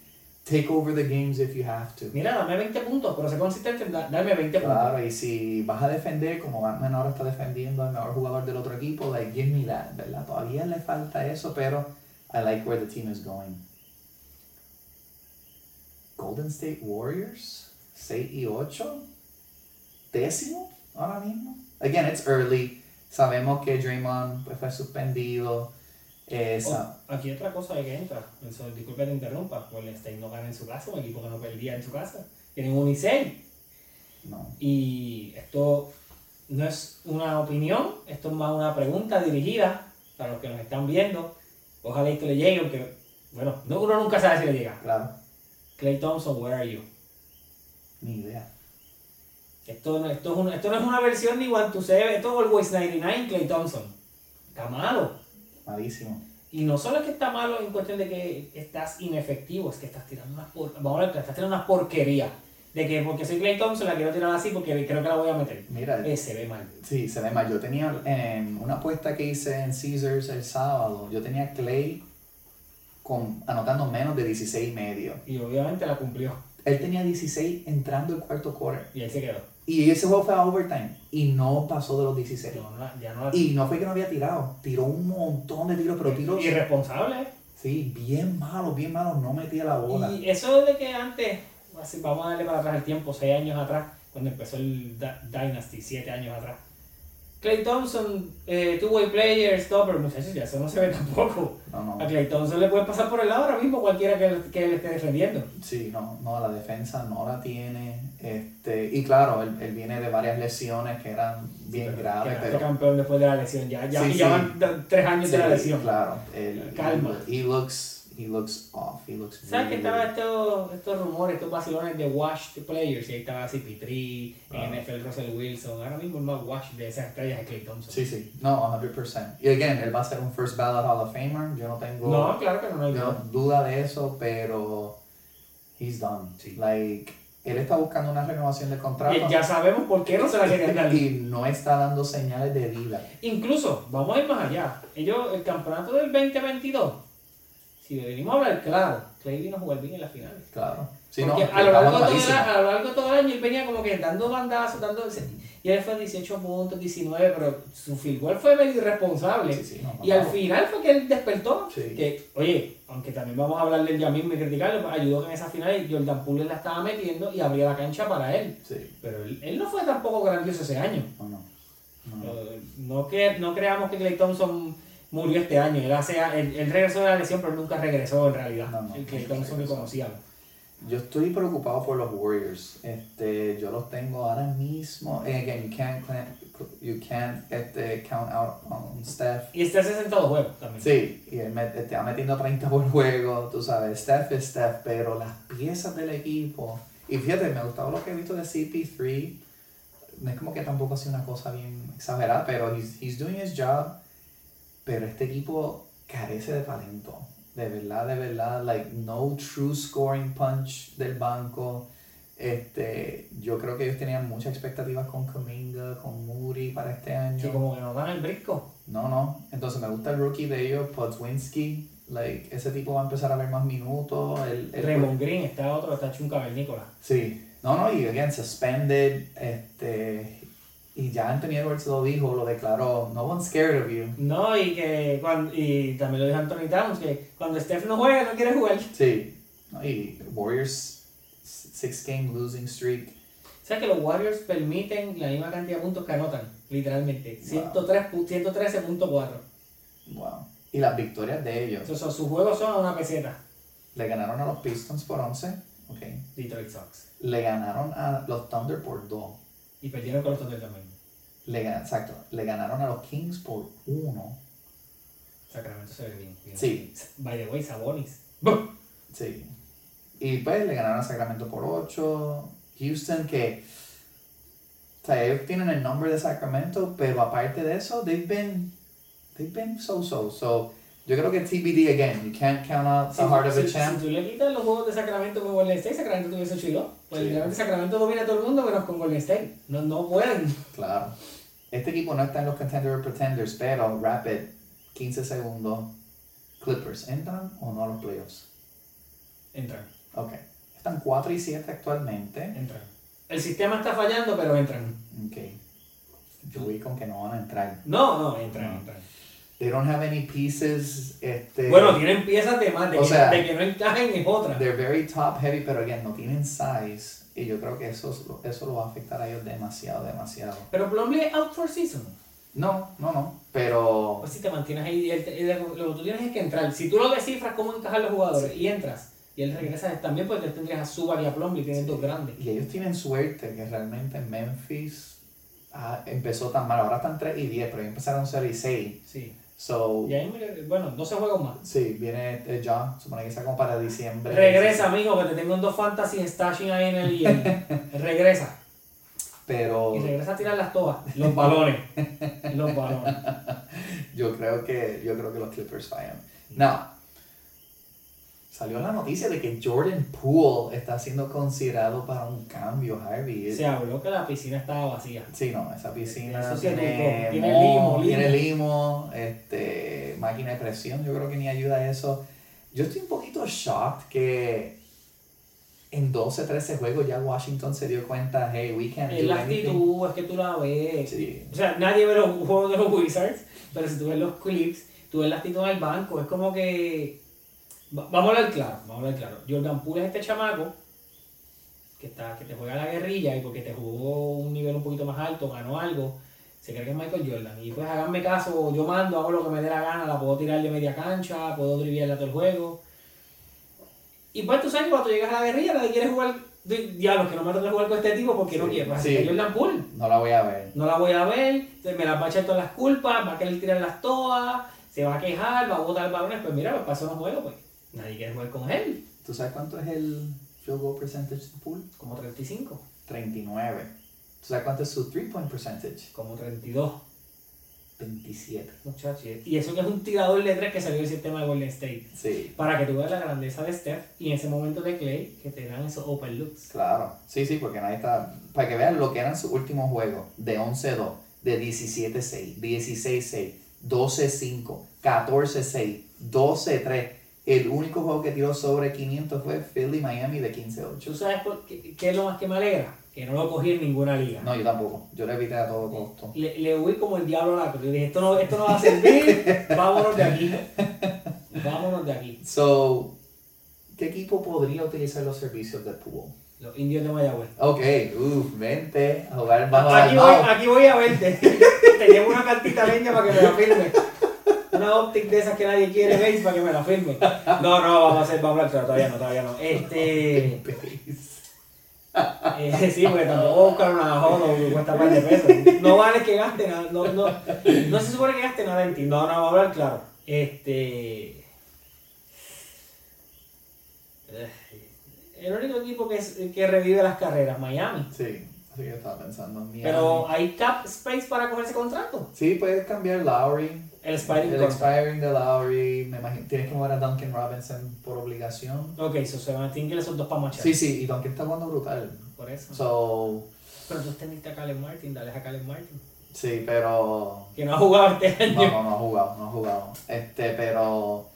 Speaker 2: take over the games if you have to.
Speaker 1: Mira, dame 20 puntos, pero sé consistente en da- darme 20 puntos.
Speaker 2: Claro, y si vas a defender, como Batman ahora está defendiendo al mejor jugador del otro equipo, like, give me that, ¿verdad? Todavía le falta eso, pero I like where the team is going. Golden State Warriors, 6 y 8, décimo ahora mismo. Again, it's early. Sabemos que Draymond pues, fue suspendido. Eh, sa-
Speaker 1: Oh, aquí otra cosa que entra, Eso, disculpe que te interrumpa, pues el State no gana en su casa, un equipo que no perdía en su casa. Tienen un y seis.
Speaker 2: no.
Speaker 1: Y esto no es una opinión, esto es más una pregunta dirigida para los que nos están viendo. Ojalá esto le llegue, aunque, bueno, no- uno nunca sabe si le llega.
Speaker 2: Claro,
Speaker 1: Clay Thompson, where are you?
Speaker 2: ni idea.
Speaker 1: Esto no, esto es, una- esto no es una versión ni One to Seven, esto es Always 99, Clay Thompson. Está malo.
Speaker 2: Malísimo.
Speaker 1: Y no solo es que está malo en cuestión de que estás inefectivo, es que estás tirando unas por... Vamos a ver, estás tirando unas porquerías. De que porque soy Clay Thompson la quiero tirar así porque creo que la voy a meter.
Speaker 2: Mira,
Speaker 1: Eh, se ve mal.
Speaker 2: Sí, se ve mal. Yo tenía em, una apuesta que hice en Caesars el sábado. Yo tenía a Clay con, anotando menos de 16 y medio.
Speaker 1: Y obviamente la cumplió.
Speaker 2: Él tenía 16 entrando el cuarto quarter.
Speaker 1: Y él se quedó.
Speaker 2: Y ese juego fue a overtime. Y no pasó de los 16.
Speaker 1: No, no la- ya no la-
Speaker 2: Y no fue que no había tirado. Tiró un montón de tiros, pero tiros.
Speaker 1: Irresponsable.
Speaker 2: Sí, bien malos, bien malos. No metía la bola.
Speaker 1: Y eso de que antes, así, vamos a darle para atrás el tiempo, seis años atrás, cuando empezó el Da- Dynasty, siete años atrás. Clay Thompson, eh, two-way player, stopper, muchachos, ya eso no se ve tampoco.
Speaker 2: No,
Speaker 1: A
Speaker 2: no.
Speaker 1: Clay Thompson le puede pasar por el lado ahora mismo cualquiera que, que le esté defendiendo.
Speaker 2: Sí, no, no, la defensa no la tiene. Este, y claro, él, él viene de varias lesiones que eran bien
Speaker 1: Pero
Speaker 2: graves,
Speaker 1: quedaste
Speaker 2: pero
Speaker 1: campeón después de la lesión, ya, ya,
Speaker 2: Sí,
Speaker 1: y ya
Speaker 2: sí.
Speaker 1: van da- tres años de la
Speaker 2: Sí,
Speaker 1: lesión.
Speaker 2: Claro. El,
Speaker 1: Calma.
Speaker 2: He, looks, he looks off. He looks
Speaker 1: ¿Sabes que
Speaker 2: really-
Speaker 1: estaban estos, estos rumores, estos vacilones de washed players? Y ahí estaba CP3,
Speaker 2: Ah.
Speaker 1: NFL Russell Wilson. Ahora mismo el más washed de esas estrellas es Clay Thompson.
Speaker 2: Sí, sí. No, 100%. Y again, él va a ser un first ballot Hall of Famer. Yo no tengo
Speaker 1: No, claro que no, no hay
Speaker 2: yo no
Speaker 1: duda.
Speaker 2: duda de eso, pero he's done.
Speaker 1: Sí.
Speaker 2: Like, él está buscando una renovación de contrato.
Speaker 1: Y ya sabemos por qué no se la
Speaker 2: [LAUGHS]
Speaker 1: querían dar.
Speaker 2: y no está dando señales de vida.
Speaker 1: Incluso, vamos a ir más allá. Ellos, el campeonato del 2022, si venimos a hablar, claro, Clay vino a jugar bien en las finales.
Speaker 2: Claro. Sí, no,
Speaker 1: Porque a, lo largo de todo el,
Speaker 2: malísimo.
Speaker 1: a lo largo de todo el año él venía como que dando bandazos, dando. Y él fue 18 puntos, 19, pero su field goal fue medio irresponsable.
Speaker 2: Sí, sí, no,
Speaker 1: Y al
Speaker 2: no.
Speaker 1: final fue que él despertó.
Speaker 2: Sí.
Speaker 1: Que, oye, aunque también vamos a hablar de él ya mismo y criticarlo, pues, ayudó en esa final y Jordan Poole la estaba metiendo y abría la cancha para él.
Speaker 2: Sí.
Speaker 1: Pero él, él no fue tampoco grandioso ese año.
Speaker 2: No, no. No, no.
Speaker 1: Eh, No, que, no creamos que Clay Thompson murió este año. Él, hace, él, él regresó de la lesión, pero nunca regresó en realidad.
Speaker 2: No, no,
Speaker 1: el Clay
Speaker 2: nunca
Speaker 1: Thompson que
Speaker 2: regresó.
Speaker 1: conocíamos.
Speaker 2: Yo estoy preocupado por los Warriors. Este, yo los tengo ahora mismo. And again, you can't, clan- you can't este, count out on Steph.
Speaker 1: Y este 62 juegos también.
Speaker 2: Sí, y él met- te va metiendo 30 por juego, tú sabes, Steph es Steph, pero las piezas del equipo. Y fíjate, me ha gustado lo que he visto de CP3. No es como que tampoco ha sido una cosa bien exagerada, pero he's, he's doing his job. Pero este equipo carece de talento. De verdad, de verdad, like no true scoring punch del banco. Este, yo creo que ellos tenían muchas expectativas con Kaminga, con Moody para este año.
Speaker 1: Que como que nos dan el brisco.
Speaker 2: No, no. Entonces me gusta el rookie de ellos, Podzwinski. Like, ese tipo va a empezar a ver más minutos. El, el-
Speaker 1: Raymond Green está otro, está hecho un cavernícola.
Speaker 2: Sí. No, no, y again, suspended. Este, y ya Anthony Edwards lo dijo, lo declaró. No one's scared of you.
Speaker 1: No, y que cuando, y también lo dijo Anthony Towns, que cuando Steph no juega, no quiere jugar.
Speaker 2: Sí. No, y Warriors, s- six game losing streak.
Speaker 1: O sea que los Warriors permiten la misma cantidad de puntos que anotan, literalmente.
Speaker 2: Wow.
Speaker 1: 103 pu- 113.4.
Speaker 2: Wow. Y las victorias de ellos.
Speaker 1: Entonces sus juegos son a una peseta.
Speaker 2: Le ganaron a los Pistons por 11. Ok.
Speaker 1: Detroit Sox.
Speaker 2: Le ganaron a los Thunder por 2.
Speaker 1: Y perdieron con los Thunder también.
Speaker 2: Le, gan- exacto. Le ganaron a los Kings por 1.
Speaker 1: Sacramento se ve bien. bien.
Speaker 2: Sí.
Speaker 1: By the way, Sabonis.
Speaker 2: Sí. Y pues le ganaron a Sacramento por 8. Houston que... O sea, ellos tienen el nombre de Sacramento, pero aparte de eso, they've been... They've been so-so. So, yo creo que TBD again. You can't count out the heart of
Speaker 1: si,
Speaker 2: a champ.
Speaker 1: si tú le quitas los juegos de Sacramento con Golden State, Sacramento tuviese 8 y 2. Pues
Speaker 2: Sí.
Speaker 1: literalmente Sacramento domina a todo el mundo menos con Golden State. No, no pueden.
Speaker 2: Claro. Este equipo no está en los contender o pretenders, pero Rapid, 15 segundos. Clippers, ¿entran o no a los playoffs?
Speaker 1: Entran,
Speaker 2: Ok. Están 4 y 7 actualmente.
Speaker 1: entran. El sistema está fallando, pero entran.
Speaker 2: Ok. Yo voy con que no van a entrar.
Speaker 1: No, no, entran,
Speaker 2: No.
Speaker 1: entran.
Speaker 2: They don't have any pieces. Este,
Speaker 1: Bueno, tienen piezas de más, de,
Speaker 2: O
Speaker 1: que,
Speaker 2: sea,
Speaker 1: de que no encajen es otra.
Speaker 2: they're very top heavy, pero again, no tienen size. Y yo creo que eso, es lo- eso lo va a afectar a ellos demasiado, demasiado.
Speaker 1: Pero Plumlee es out for season.
Speaker 2: No, no, no. Pero
Speaker 1: Pues si te mantienes ahí, él te- él- lo que tú tienes es que entrar. Si tú lo descifras cómo encajar los jugadores y entras, y él regresa también, pues tendrías a Suba y a Plumlee, tienen dos grandes.
Speaker 2: y ellos tienen suerte que realmente Memphis ah, empezó tan mal. Ahora están 3 y 10, pero ellos empezaron 0 y 6.
Speaker 1: Sí.
Speaker 2: So,
Speaker 1: Y ahí, mira, bueno, no se juegan más.
Speaker 2: sí, viene este John, supone que sea como para diciembre.
Speaker 1: Regresa, amigo, que te tengo en dos fantasy stashing ahí en el [LAUGHS] IEM. Regresa.
Speaker 2: Pero
Speaker 1: Y regresa a tirar las toas. Los balones. Los [LAUGHS] balones.
Speaker 2: Yo creo que, yo creo que los Clippers fallan.
Speaker 1: Mm.
Speaker 2: Now, salió la noticia de que Jordan Poole está siendo considerado para un cambio, Harvey.
Speaker 1: Se habló que la piscina estaba vacía.
Speaker 2: Sí, no, esa piscina
Speaker 1: Eso sí es
Speaker 2: tiene,
Speaker 1: loco. Tiene
Speaker 2: moho,
Speaker 1: limo,
Speaker 2: tiene limo, este, máquina de presión, yo creo que ni ayuda a eso. Yo estoy un poquito shocked que en 12, 13 juegos ya Washington se dio cuenta, hey, we can't
Speaker 1: Es
Speaker 2: do
Speaker 1: la
Speaker 2: anything.
Speaker 1: actitud, es que tú la ves.
Speaker 2: Sí,
Speaker 1: O sea, nadie ve los juegos de los Wizards, pero si tú ves los clips, tú ves la actitud del banco, es como que. Va- Vamos a hablar claro, vamos a hablar claro. Jordan Poole es este chamaco que, está, que te juega a la guerrilla y porque te jugó un nivel un poquito más alto, ganó algo, se cree que es Michael Jordan. Y pues háganme caso, yo mando, hago lo que me dé la gana, la puedo tirar de media cancha, puedo dribblarla todo el juego. Y pues tú sabes que cuando llegas a la guerrilla, nadie quiere jugar, di- diablos, que no me toque jugar con este tipo porque no
Speaker 2: Sí,
Speaker 1: quiero. Así
Speaker 2: sí.
Speaker 1: que Jordan Poole
Speaker 2: no la voy a ver.
Speaker 1: no la voy a ver, se- me las va a echar todas las culpas, va a querer tirar las todas, se va a quejar, va a botar balones, pues mira, pues pasó no juego, pues. Nadie quiere jugar con él,
Speaker 2: ¿Tú sabes cuánto es el field goal percentage de Poole?
Speaker 1: como 35,
Speaker 2: 39. ¿Tú sabes cuánto es su 3 point percentage?
Speaker 1: como 32,
Speaker 2: 27.
Speaker 1: muchachos. Y eso que es un tirador de tres que salió del sistema de Golden State.
Speaker 2: Sí,
Speaker 1: Para que tú veas la grandeza de Steph y en ese momento de Clay, que te dan esos open looks.
Speaker 2: claro. Sí, sí, porque nadie está. Para que vean lo que eran sus últimos juegos: de 11-2, de 17-6, 16-6, 12-5, 14-6, 12-3. El único juego que tiró sobre 500 fue Philly Miami de 15-8.
Speaker 1: ¿Tú sabes por qué, qué es lo más que me alegra? Que no lo cogí en ninguna liga.
Speaker 2: No, yo tampoco. Yo le evité a todo costo.
Speaker 1: Le, le huí como el diablo a la cruz. Y dije, esto no, esto no va a servir, [LAUGHS] vámonos de aquí. Vámonos de aquí.
Speaker 2: So, ¿qué equipo podría utilizar los servicios de Pool?
Speaker 1: Los indios de Mayagüez.
Speaker 2: Ok, uff, vente a jugar bajo la
Speaker 1: Aquí
Speaker 2: [LAUGHS]
Speaker 1: voy, aquí voy a verte. [LAUGHS] Te llevo una cartita leña para que me la firme. Una óptica de esas que nadie quiere, veis, para que me la firme. No, no, vamos a hacer, vamos a hablar, todavía no, todavía no. Este. Eh, sí, porque tampoco voy a buscar una joda que cuesta un par de pesos. No vale que gaste nada. No, no, no se supone que gaste nada en ti. No, no, vamos a hablar claro. Este. eh, El único equipo que, es- que revive las carreras, Miami.
Speaker 2: Sí, así que yo estaba pensando en Miami.
Speaker 1: Pero hay cap space para coger ese contrato.
Speaker 2: Sí, puedes cambiar Lowry.
Speaker 1: El Spider
Speaker 2: El expiring de Lowry. Me imagino, tienes que mover a Duncan Robinson por obligación.
Speaker 1: Ok, so se van a tener que esos dos para machar.
Speaker 2: Sí, sí, y Duncan está jugando brutal.
Speaker 1: Por eso.
Speaker 2: So,
Speaker 1: Pero tú teniste a Caleb Martin, dale a Caleb Martin.
Speaker 2: sí, pero
Speaker 1: Que no ha jugado este año.
Speaker 2: No, no, no ha jugado, no ha jugado. Este, pero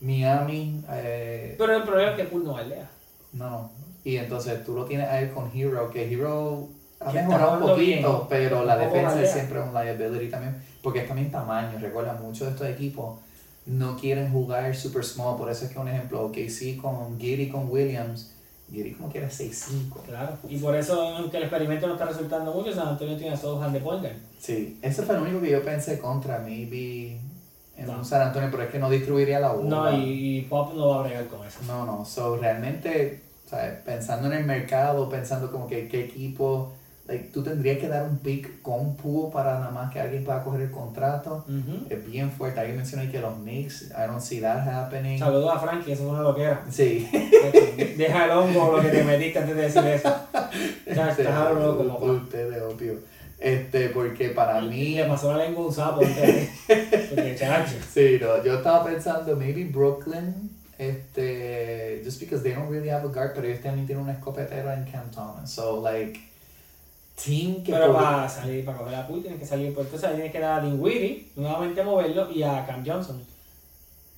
Speaker 2: Miami, eh,
Speaker 1: [LAUGHS] Pero el problema es que Poole no aldea.
Speaker 2: no. Y entonces tú lo tienes a él con Hero, que Hero ha
Speaker 1: Que está
Speaker 2: mejorado un
Speaker 1: jugando
Speaker 2: poquito,
Speaker 1: bien.
Speaker 2: pero la
Speaker 1: Tampoco
Speaker 2: defensa es
Speaker 1: balea.
Speaker 2: siempre un liability también, porque es también tamaño. Recuerda, muchos de estos equipos no quieren jugar super small, por eso es que un ejemplo, OKC con Giddy con Williams, Giddy como que era 6'5".
Speaker 1: Claro. Y por eso, aunque el experimento no está resultando mucho, San Antonio tiene a Sohan de ¿eh? point guard.
Speaker 2: Sí, ese fue lo único que yo pensé contra, maybe en
Speaker 1: No.
Speaker 2: un San Antonio, pero es que no distribuiría la bola.
Speaker 1: No, y, y Pop no va a bregar con eso.
Speaker 2: No, no, so realmente, ¿sabes? pensando en el mercado, pensando como que qué equipo, like, tú tendrías que dar un pick con un pool para nada más que alguien pueda coger el contrato.
Speaker 1: Ujú.
Speaker 2: Es bien fuerte, alguien mencionó ahí que los Knicks, I don't see that happening.
Speaker 1: Saludos a Frankie, eso fue una loquera. [LAUGHS]
Speaker 2: Sí,
Speaker 1: Deja el hongo lo que te metiste antes de decir eso.
Speaker 2: [LAUGHS]
Speaker 1: Ya,
Speaker 2: Este,
Speaker 1: estás a lo loco, papá.
Speaker 2: ustedes, obvio. Este, porque para mí,
Speaker 1: Le pasó la lengua a un sapo antes.
Speaker 2: [LAUGHS]
Speaker 1: de- Porque, chacho.
Speaker 2: sí, no, yo estaba pensando, maybe Brooklyn, este, just because they don't really have a guard, pero ellos también tienen un escopetero en Cam Thomas. So, like, team que
Speaker 1: Pero
Speaker 2: pod-
Speaker 1: para salir, para coger la pool tienes que salir por entonces ahí tienes que dar a Dinwiddie, nuevamente a moverlo y a Cam Johnson.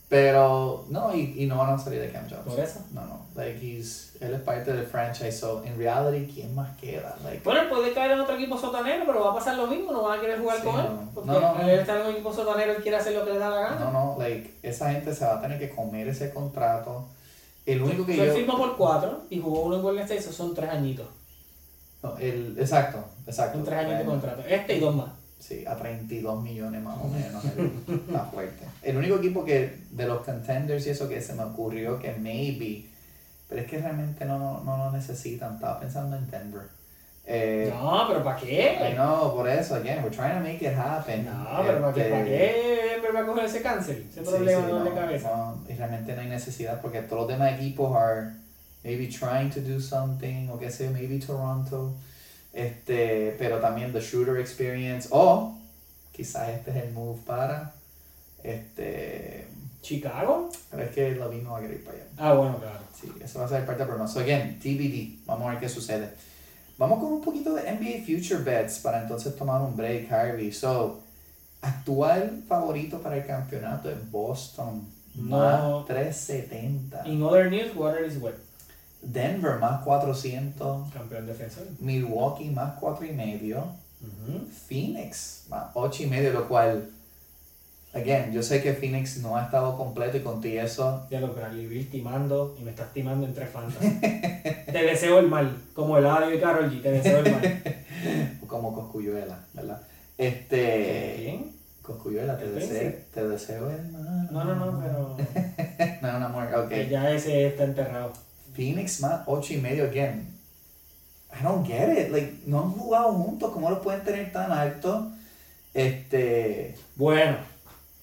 Speaker 2: Pero, no, y, y no van a salir de Cam Johnson.
Speaker 1: Por eso.
Speaker 2: No, no. Like, he's, él es parte del franchise, so, en reality, ¿quién más queda? Like,
Speaker 1: Bueno, puede caer en otro equipo sotanero, pero va a pasar lo mismo, no van a querer jugar
Speaker 2: Sí,
Speaker 1: con él.
Speaker 2: no.
Speaker 1: Porque
Speaker 2: No, no,
Speaker 1: al
Speaker 2: no.
Speaker 1: él está en un equipo sotanero, él quiere hacer lo que le da la gana.
Speaker 2: no, no, like, esa gente se va a tener que comer ese contrato. El único que
Speaker 1: So, él
Speaker 2: yo...
Speaker 1: firmó por cuatro y jugó uno en Golden State, eso son tres añitos.
Speaker 2: no, el, exacto, exacto.
Speaker 1: Son tres años de
Speaker 2: Bueno,
Speaker 1: contrato. Este y dos más.
Speaker 2: Sí, a 32 millones más o menos. el- [LAUGHS] Está fuerte. El único equipo que, de los contenders y eso que se me ocurrió que maybe, pero es que realmente no, no lo necesitan. Estaba pensando en Denver. Eh,
Speaker 1: No, pero ¿para
Speaker 2: I
Speaker 1: qué?
Speaker 2: know, por eso, again, we're trying to make it happen.
Speaker 1: No, pero ¿para qué?
Speaker 2: Este,
Speaker 1: ¿Para qué Denver va a coger ese cáncer? Ese
Speaker 2: sí,
Speaker 1: problema
Speaker 2: Este, sí,
Speaker 1: de doble
Speaker 2: no,
Speaker 1: cabeza.
Speaker 2: no, y realmente no hay necesidad porque todos los demás equipos are maybe trying to do something, o qué sé, maybe Toronto. Este, pero también the shooter experience, o quizás este es el move para, este,
Speaker 1: ¿Chicago?
Speaker 2: pero es que lo mismo va a querer para allá.
Speaker 1: Ah, bueno, claro.
Speaker 2: Sí, eso va a ser parte del programa. So again, TBD. Vamos a ver qué sucede. Vamos con un poquito de NBA Future Bets para entonces tomar un break, Harvey. So, actual favorito para el campeonato es Boston.
Speaker 1: No.
Speaker 2: Más 370.
Speaker 1: In other news, water is wet.
Speaker 2: Denver más 400.
Speaker 1: Campeón defensor.
Speaker 2: Milwaukee más 4,5.
Speaker 1: Ujú.
Speaker 2: Phoenix más 8,5, lo cual. Again, yo sé que Phoenix no ha estado completo y contigo eso
Speaker 1: Ya lo Bradley Bill timando y me estás timando en tres fantas. [LAUGHS] te deseo el mal, como el Adi y Carol G, te deseo el [LAUGHS] mal.
Speaker 2: como Coscuyuela, ¿verdad? Este.
Speaker 1: ¿Quién?
Speaker 2: Coscuyuela, te
Speaker 1: ¿El
Speaker 2: deseo,
Speaker 1: príncipe?
Speaker 2: te deseo el mal.
Speaker 1: No, no, no, pero
Speaker 2: No, no, amor,
Speaker 1: que
Speaker 2: ok.
Speaker 1: ya ese está enterrado.
Speaker 2: Phoenix más 8 y medio again. I don't get it. Like, no han jugado juntos. ¿Cómo lo pueden tener tan alto? Este.
Speaker 1: Bueno,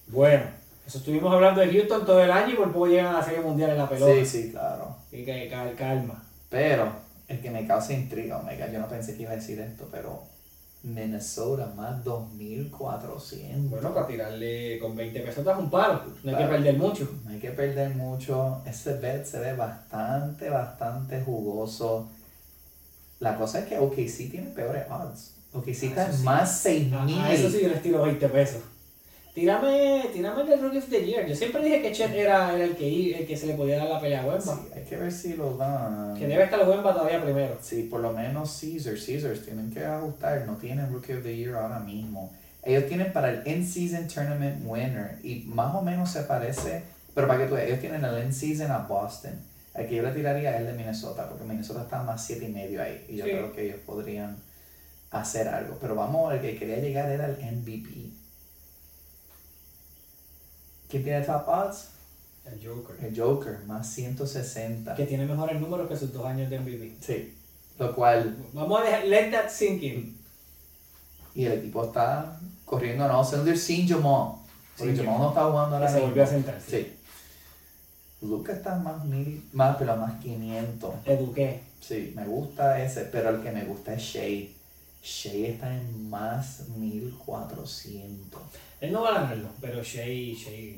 Speaker 1: bueno. Eso estuvimos hablando de Houston todo el año y por poco llegan a la Serie Mundial en la pelota.
Speaker 2: Sí, sí, claro.
Speaker 1: Y que, cal- calma.
Speaker 2: Pero, el que me causa intriga, oh my God, yo no pensé que iba a decir esto, pero. Minnesota más 2400.
Speaker 1: Bueno, para tirarle con 20 pesos das un palo. No hay que
Speaker 2: Claro.
Speaker 1: perder mucho.
Speaker 2: No hay que perder mucho. Ese bet se ve bastante, bastante jugoso. La cosa es que OKC tiene peores odds. OKC
Speaker 1: Ah,
Speaker 2: está
Speaker 1: eso sí.
Speaker 2: más
Speaker 1: A, a
Speaker 2: 6000.
Speaker 1: eso sí yo les tiro 20 pesos. Tírame, tírame del Rookie of the Year. Yo siempre dije que Chet era, era el, que, i- el que se le podía dar la pelea a Wemba.
Speaker 2: Sí, hay que ver si lo dan.
Speaker 1: Que debe estar Wemba todavía primero.
Speaker 2: Sí, por lo menos Caesars. Caesars tienen que ajustar. No tienen Rookie of the Year ahora mismo. Ellos tienen para el In-Season Tournament Winner. Y más o menos se parece. Pero para que tú veas, ellos tienen el In-Season a Boston. Aquí yo le tiraría a él de Minnesota. Porque Minnesota está más siete y medio ahí. Y yo
Speaker 1: Sí.
Speaker 2: creo que ellos podrían hacer algo. Pero vamos, el que quería llegar era el MVP. ¿Quién tiene top odds?
Speaker 1: El Joker.
Speaker 2: El Joker, más 160.
Speaker 1: Que tiene mejores números que sus dos años de MVP.
Speaker 2: Sí. Lo cual
Speaker 1: Vamos a dejar, let that sink in.
Speaker 2: Y el equipo está corriendo en all cylinders sin Jamal. Porque
Speaker 1: Sin
Speaker 2: Jamal no está jugando
Speaker 1: Que
Speaker 2: ahora
Speaker 1: se
Speaker 2: mismo.
Speaker 1: volvió a sentar. sí.
Speaker 2: Sí. Luca está más mil, más, pero más 500.
Speaker 1: Eduqué.
Speaker 2: Sí, me gusta ese, pero el que me gusta es Shea. Shea está en más 1400.
Speaker 1: Él no va a ganarlo, pero Shea, Shea,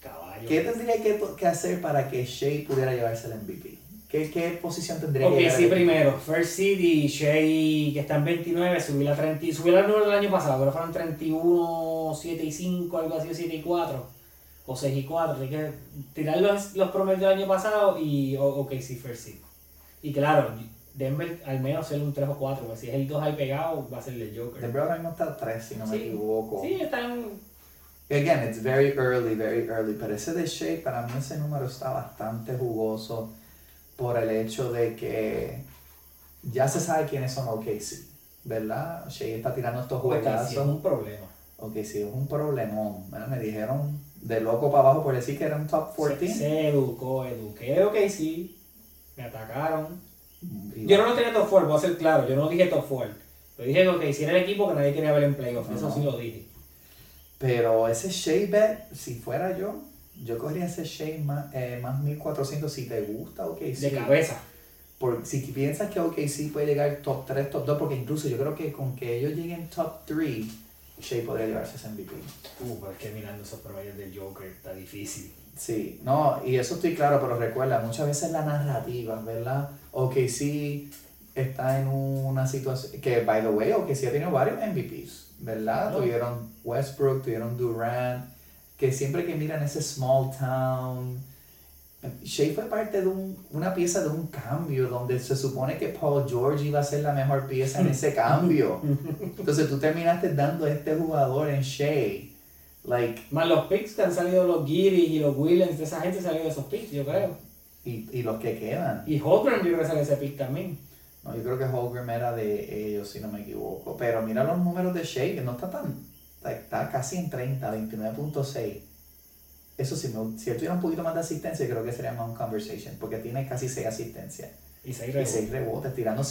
Speaker 1: caballo.
Speaker 2: ¿Qué tendría que, que hacer para que Shea pudiera llevarse el MVP? ¿Qué, qué posición tendría
Speaker 1: Ok,
Speaker 2: que llegar
Speaker 1: sí,
Speaker 2: el MVP?
Speaker 1: primero. First Seed y Shea, que está en 29, subí la 30. Subí la número del año pasado, pero fueron 31, 7 y 5, algo así, o 7 y 4. O 6 y 4. Hay que tirar los, los promedios del año pasado y o- ok, sí, First Seed. Y claro, Denver al menos ser un 3 o 4. porque Si es el 2 ahí pegado, va a ser el Joker.
Speaker 2: Denver ahora mismo está 3, si no me
Speaker 1: Sí.
Speaker 2: equivoco.
Speaker 1: Sí, están.
Speaker 2: Again, it's very early, very early, pero ese de Shea, para mí ese número está bastante jugoso por el hecho de que ya se sabe quiénes son OKC, ¿verdad? Shea está tirando estos
Speaker 1: Porque sí es
Speaker 2: juegazos.
Speaker 1: un problema.
Speaker 2: OKC es un problemón, ¿verdad? Me dijeron de loco para abajo por decir que era un top 14.
Speaker 1: Se, se educó, eduqué, ok, sí. Me atacaron.
Speaker 2: Y
Speaker 1: Yo no lo tenía top 4, voy a ser claro, yo no dije top 4. Lo dije que hiciera el equipo que nadie quería ver en playoff, eso
Speaker 2: Ajá.
Speaker 1: sí lo dije.
Speaker 2: Pero ese Shea bet, si fuera yo, yo corría ese Shea más, eh, más 1400 si te gusta OKC.
Speaker 1: De cabeza.
Speaker 2: por, si piensas que OKC puede llegar top 3, top 2, porque incluso yo creo que con que ellos lleguen top 3, Shea podría llevarse ese MVP.
Speaker 1: Uh, pero es que mirando esos promedios del Joker está difícil.
Speaker 2: Sí, no, y eso estoy claro, pero recuerda, muchas veces la narrativa, ¿verdad? OKC está en una situación que, by the way, OKC ha tenido varios MVPs, ¿verdad?
Speaker 1: Claro.
Speaker 2: Tuvieron Westbrook, tuvieron Durant, que siempre que miran ese small town, Shea fue parte de un- una pieza de un cambio donde se supone que Paul George iba a ser la mejor pieza en ese cambio. Entonces tú terminaste dando a este jugador en Shea. Like,
Speaker 1: Más los picks que han salido, los Giddy y los Williams, esa gente salió de esos picks, yo creo.
Speaker 2: y, y los que quedan.
Speaker 1: Y Holgram yo creo que sale de ese pick también.
Speaker 2: No, yo creo que Holgram era de ellos, si no me equivoco. Pero mira los números de Shea, que no está tan. Está, está casi en 30, 29.6. Eso sí, me- si él tuviera un poquito más de asistencia, creo que sería más un conversation, porque tiene casi 6 asistencias.
Speaker 1: Y se
Speaker 2: Y 6 rebotes, tirando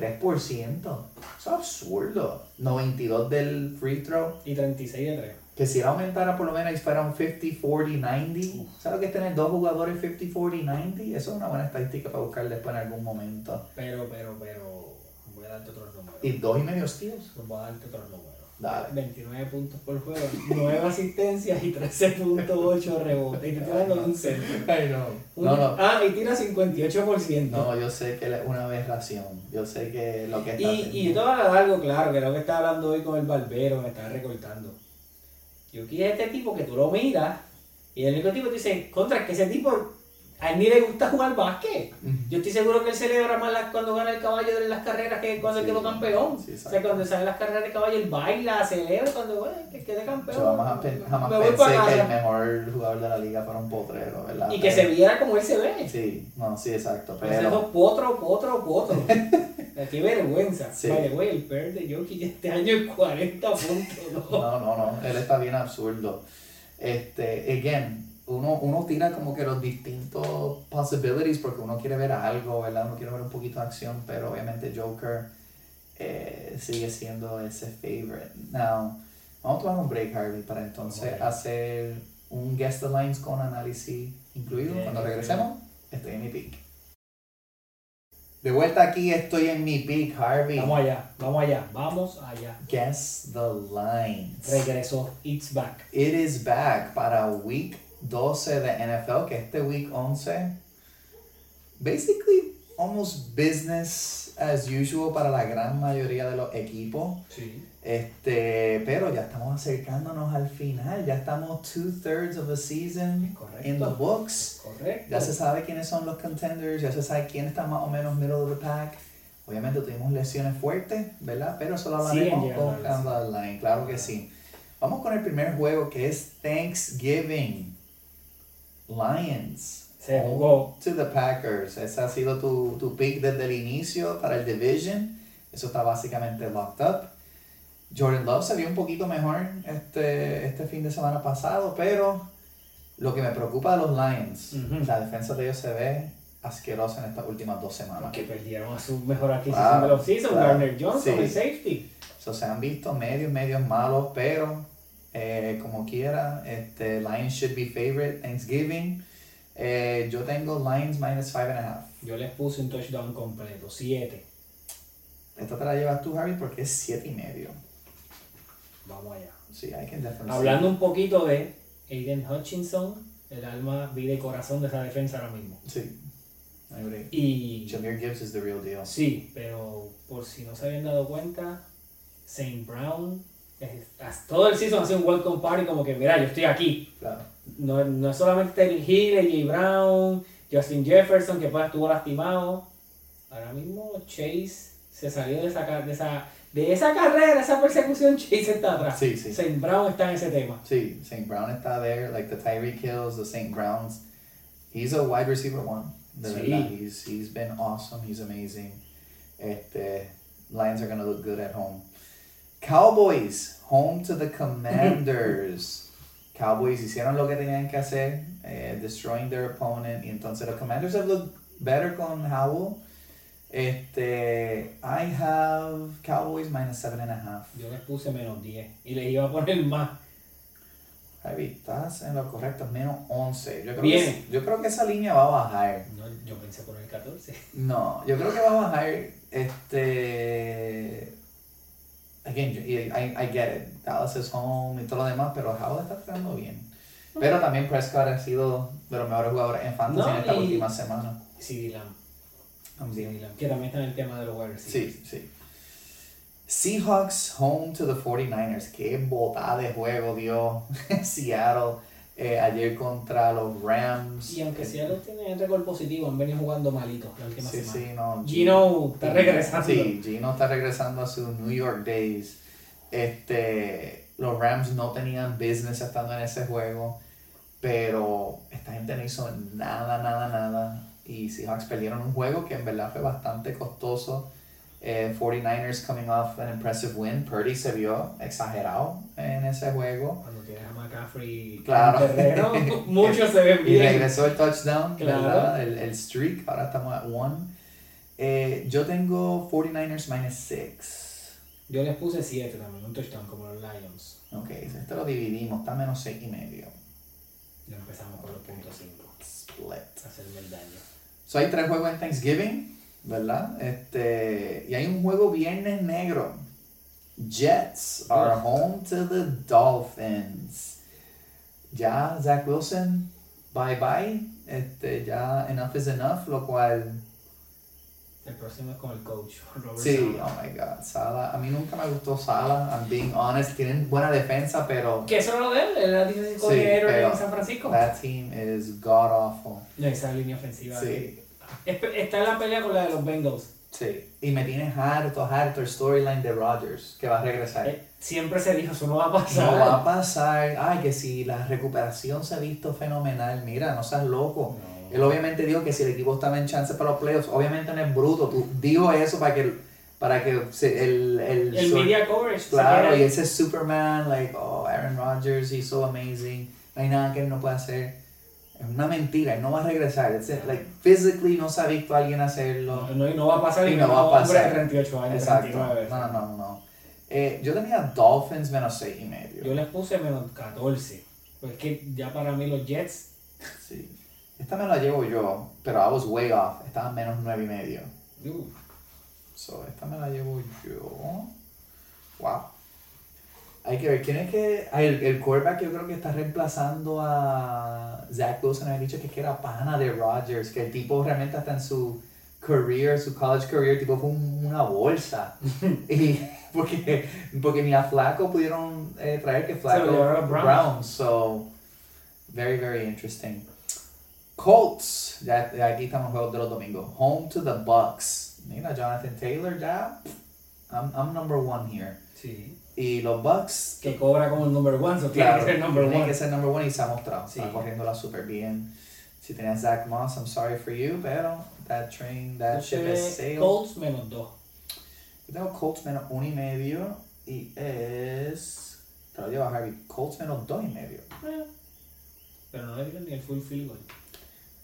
Speaker 2: 53%. Eso es absurdo. 92 del free throw.
Speaker 1: Y 36 de 3.
Speaker 2: Que si él aumentara por lo menos y fuera un 50, 40, 90. ¿Sabes lo que es tener dos jugadores 50, 40, 90? Eso es una buena estadística para buscar después en algún momento.
Speaker 1: Pero, pero, pero. Voy a darte otros números.
Speaker 2: Y dos y medio steals.
Speaker 1: Voy a darte otros números.
Speaker 2: Dale.
Speaker 1: 29 puntos por juego, 9 asistencias y 13.8 rebotes. Y te estoy dando [LAUGHS] un centro.
Speaker 2: [LAUGHS] Ay, no. No, no.
Speaker 1: Ah, y tira 58%.
Speaker 2: No, yo sé que él es una aberración. Yo sé que lo que
Speaker 1: y,
Speaker 2: está
Speaker 1: y yo te
Speaker 2: haciendo-
Speaker 1: voy a dar algo claro, que es lo que estaba hablando hoy con el barbero, me estaba recortando. Yo quiero este tipo que tú lo miras y el único tipo te dice, contra, es que ese tipo a él ni le gusta jugar básquet. Yo estoy seguro que él celebra más las- cuando gana el caballo de las carreras que cuando él
Speaker 2: Sí,
Speaker 1: quedó campeón.
Speaker 2: sí,
Speaker 1: o
Speaker 2: exacto.
Speaker 1: sea, cuando salen las carreras de caballo, él baila, celebra cuando bueno, que quede campeón.
Speaker 2: Yo jamás, pe- jamás
Speaker 1: me voy
Speaker 2: pensé
Speaker 1: para
Speaker 2: que
Speaker 1: casa.
Speaker 2: el mejor jugador de la liga fuera un potrero, ¿verdad?
Speaker 1: Y que se
Speaker 2: Pero-
Speaker 1: viera como él se ve.
Speaker 2: Sí, no, sí, exacto.
Speaker 1: Pero ese
Speaker 2: Pero
Speaker 1: es potro, potro, [LAUGHS] potro. Qué vergüenza.
Speaker 2: Sí.
Speaker 1: Vale, güey, el peor de Jokic este año es 40 puntos. ¿no?
Speaker 2: no, no, no. Él está bien absurdo. Este, again, uno, uno tira como que los distintos possibilities porque uno quiere ver algo, ¿verdad? Uno quiere ver un poquito de acción, pero obviamente Joker eh, sigue siendo ese favorite. Now, vamos a tomar un break, Harvey, para entonces
Speaker 1: Ok.
Speaker 2: hacer un guest lines con análisis incluido.
Speaker 1: Bien,
Speaker 2: Cuando
Speaker 1: bien.
Speaker 2: regresemos, estoy en mi pick. De vuelta aquí, estoy en mi pick, Harvey.
Speaker 1: Vamos allá, vamos allá, vamos allá.
Speaker 2: Guess the lines.
Speaker 1: Regresó, it's back.
Speaker 2: It is back para week 12 de NFL, que este week 11, basically almost business as usual para la gran mayoría de los equipos.
Speaker 1: Sí.
Speaker 2: Este, pero ya estamos acercándonos al final. Ya estamos two thirds of the season in the
Speaker 1: Correcto.
Speaker 2: books.
Speaker 1: Correcto.
Speaker 2: Ya se sabe quiénes son los contenders, ya se sabe quién está más o menos middle of the pack. Obviamente tuvimos lesiones fuertes, ¿verdad? Pero eso lo
Speaker 1: Siguen
Speaker 2: hablaremos
Speaker 1: llegando
Speaker 2: con
Speaker 1: las lesiones.
Speaker 2: Canva Online, claro que sí. Vamos con el primer juego que es Thanksgiving. Lions.
Speaker 1: Se
Speaker 2: home
Speaker 1: jugó.
Speaker 2: To the Packers. Ese ha sido tu, tu pick desde el inicio para el Division. Eso está básicamente locked up. Jordan Love se vio un poquito mejor este, este fin de semana pasado, pero lo que me preocupa de los Lions,
Speaker 1: Ujú.
Speaker 2: la defensa de ellos se ve asquerosa en estas últimas dos semanas.
Speaker 1: Que perdieron a su mejor adquisición
Speaker 2: Claro,
Speaker 1: de la offseason,
Speaker 2: claro.
Speaker 1: Garner Johnson,
Speaker 2: Sí.
Speaker 1: el safety.
Speaker 2: So, se han visto medios, medios malos, pero eh, como quiera, este, Lions should be favorite Thanksgiving. Eh, yo tengo Lions minus five and a half.
Speaker 1: Yo les puse un touchdown completo, 7.
Speaker 2: Esta te la llevas tú, Javi, porque es siete y medio.
Speaker 1: Vamos allá.
Speaker 2: Sí, I can definitely
Speaker 1: Hablando un poquito de Aiden Hutchinson, el alma, vida y corazón de esa defensa ahora mismo.
Speaker 2: Sí, I agree.
Speaker 1: Y
Speaker 2: Jameer Gibbs is the real deal.
Speaker 1: sí, pero por si no se habían dado cuenta, St. Brown, es- as- todo el season hace un welcome party como que, mira, yo estoy aquí.
Speaker 2: Claro.
Speaker 1: No, no es solamente Terry Hill, AJ Brown, Justin Jefferson, que pues estuvo lastimado. Ahora mismo Chase se salió de esa, ca- de esa, de esa carrera, esa persecución, Chase está atrás.
Speaker 2: Sí, sí.
Speaker 1: St. Brown está en ese tema.
Speaker 2: Sí, St. Brown está there, like the Tyreek Hills, the St. Browns. He's a wide receiver one. De
Speaker 1: Sí.
Speaker 2: verdad, he's, he's been awesome, he's amazing. Este, Lions are going to look good at home. Cowboys, home to the Commanders. Cowboys hicieron lo que tenían que hacer, eh, destroying their opponent. Y entonces los Commanders have looked better con Howell. Este, I have Cowboys minus seven and a half.
Speaker 1: Yo les puse menos 10 y les iba a poner más.
Speaker 2: Javi, estás en lo correcto, menos 11. Yo creo,
Speaker 1: Bien.
Speaker 2: Que, yo creo que esa línea va a bajar.
Speaker 1: No, yo pensé poner [LAUGHS] 14.
Speaker 2: No, yo creo que va a bajar. Este. Again, yo- I, I get it. Dallas is home y todo lo demás, pero Howell está jugando bien. Pero también Prescott ha sido de los mejores jugadores en fantasy en
Speaker 1: No,
Speaker 2: esta
Speaker 1: y-
Speaker 2: última semana.
Speaker 1: CD Lamb.
Speaker 2: I'm
Speaker 1: CD Lamb. Que también está en el tema de los wide receivers.
Speaker 2: Sí, sí. Seahawks home to the 49ers. Qué botada de juego dio [LAUGHS] Seattle eh, ayer contra los Rams.
Speaker 1: Y aunque sea los tienen récord positivo, han venido jugando malitos la última
Speaker 2: Sí,
Speaker 1: semana.
Speaker 2: sí, no.
Speaker 1: Gino está regresando.
Speaker 2: Sí, Gino está regresando a sus New York Days. Este, los Rams no tenían business estando en ese juego, pero esta gente no hizo nada, nada, nada. Y Seahawks perdieron un juego que en verdad fue bastante costoso. Eh, 49ers coming off an impressive win. Purdy se vio exagerado en ese juego.
Speaker 1: Cuando tienes a McCaffrey
Speaker 2: Claro. [LAUGHS]
Speaker 1: en terreno, muchos se ven
Speaker 2: Y
Speaker 1: bien.
Speaker 2: regresó el touchdown,
Speaker 1: Claro.
Speaker 2: ¿verdad? El, el streak, ahora estamos at one. Eh, yo tengo 49ers minus 6.
Speaker 1: Yo les puse 7 también, un touchdown como los Lions.
Speaker 2: Ok, este lo dividimos, está menos 6 y medio.
Speaker 1: Ya empezamos con los puntos 5.
Speaker 2: Split.
Speaker 1: Hacerme el daño.
Speaker 2: So hay tres juegos en Thanksgiving, ¿verdad? Este, y hay un juego viernes negro. Jets are home to the Dolphins. Ya Zach Wilson, bye bye. Este, ya enough is enough, lo cual
Speaker 1: El próximo es con el coach, Robert
Speaker 2: Sí,
Speaker 1: Sala.
Speaker 2: oh my god, Sala. A mí nunca me gustó Sala, I'm being honest. Tienen buena defensa, pero
Speaker 1: Que eso no lo de él, él era 16
Speaker 2: Sí,
Speaker 1: coordinator
Speaker 2: pero- eh.
Speaker 1: en San Francisco.
Speaker 2: that team is god awful.
Speaker 1: No, esa línea ofensiva.
Speaker 2: Sí,
Speaker 1: Es- Está en la pelea con la de los Bengals.
Speaker 2: sí. Y me tiene harto, harto el storyline de Rodgers, que va a regresar.
Speaker 1: Eh, Siempre se dijo, eso no va a
Speaker 2: No
Speaker 1: pasar.
Speaker 2: va a pasar. Ay, que si la recuperación se ha visto fenomenal. Mira, no seas loco. Él obviamente dijo que si el equipo estaba en chance para los playoffs, obviamente no es bruto. Tú digo eso para que, para que se- el, el,
Speaker 1: El
Speaker 2: sor-
Speaker 1: media coverage.
Speaker 2: Claro,
Speaker 1: se
Speaker 2: y
Speaker 1: queda-
Speaker 2: ese Superman, like, oh, Aaron Rodgers, he's so amazing. No hay nada que él no pueda hacer. Es una mentira, él no va a regresar. It's it, like, physically no se ha visto a alguien hacerlo.
Speaker 1: No, y no va a pasar
Speaker 2: Y
Speaker 1: y
Speaker 2: no va a
Speaker 1: Hombre
Speaker 2: pasar.
Speaker 1: de 38 años,
Speaker 2: Exacto.
Speaker 1: 39.
Speaker 2: No, no, no. Eh, yo tenía Dolphins menos seis y
Speaker 1: Yo
Speaker 2: medio.
Speaker 1: les puse menos 14. Pues es que ya para mí los Jets,
Speaker 2: Sí. Esta me la llevo yo, pero I was way off. Estaba menos nueve y medio.
Speaker 1: uh,
Speaker 2: So, esta me la llevo yo. Wow. Hay que ver quién es que. ah, El, el quarterback yo creo que está reemplazando a Zach Wilson. Había dicho que es que era pana de Rodgers, que el tipo realmente hasta en su career, su college career, tipo fue un- una
Speaker 1: [LAUGHS]
Speaker 2: bolsa. y porque, porque ni a Flaco pudieron eh, traer que Flaco
Speaker 1: lo llevaron a Browns.
Speaker 2: Browns. So, very, very interesting. Colts, ya, ya aquí estamos juegos de los domingos. Home to the Bucks. Mira, Jonathan Taylor, ya. I'm, I'm number one here.
Speaker 1: Sí.
Speaker 2: Y los Bucks
Speaker 1: Que cobra como el number one, so
Speaker 2: Claro,
Speaker 1: tiene que ser number
Speaker 2: tiene
Speaker 1: one.
Speaker 2: que ser number one y se ha mostrado.
Speaker 1: Sí.
Speaker 2: Está corriéndola súper bien. Si tenías Zach Moss, I'm sorry for you, pero that train, that ship has
Speaker 1: Entonces,
Speaker 2: sailed.
Speaker 1: Colts menos dos.
Speaker 2: Yo tengo Colts menos uno y medio y es... Te lo llevo Harvey. Colts menos dos y medio.
Speaker 1: Pero no le dieron ni el full field goal.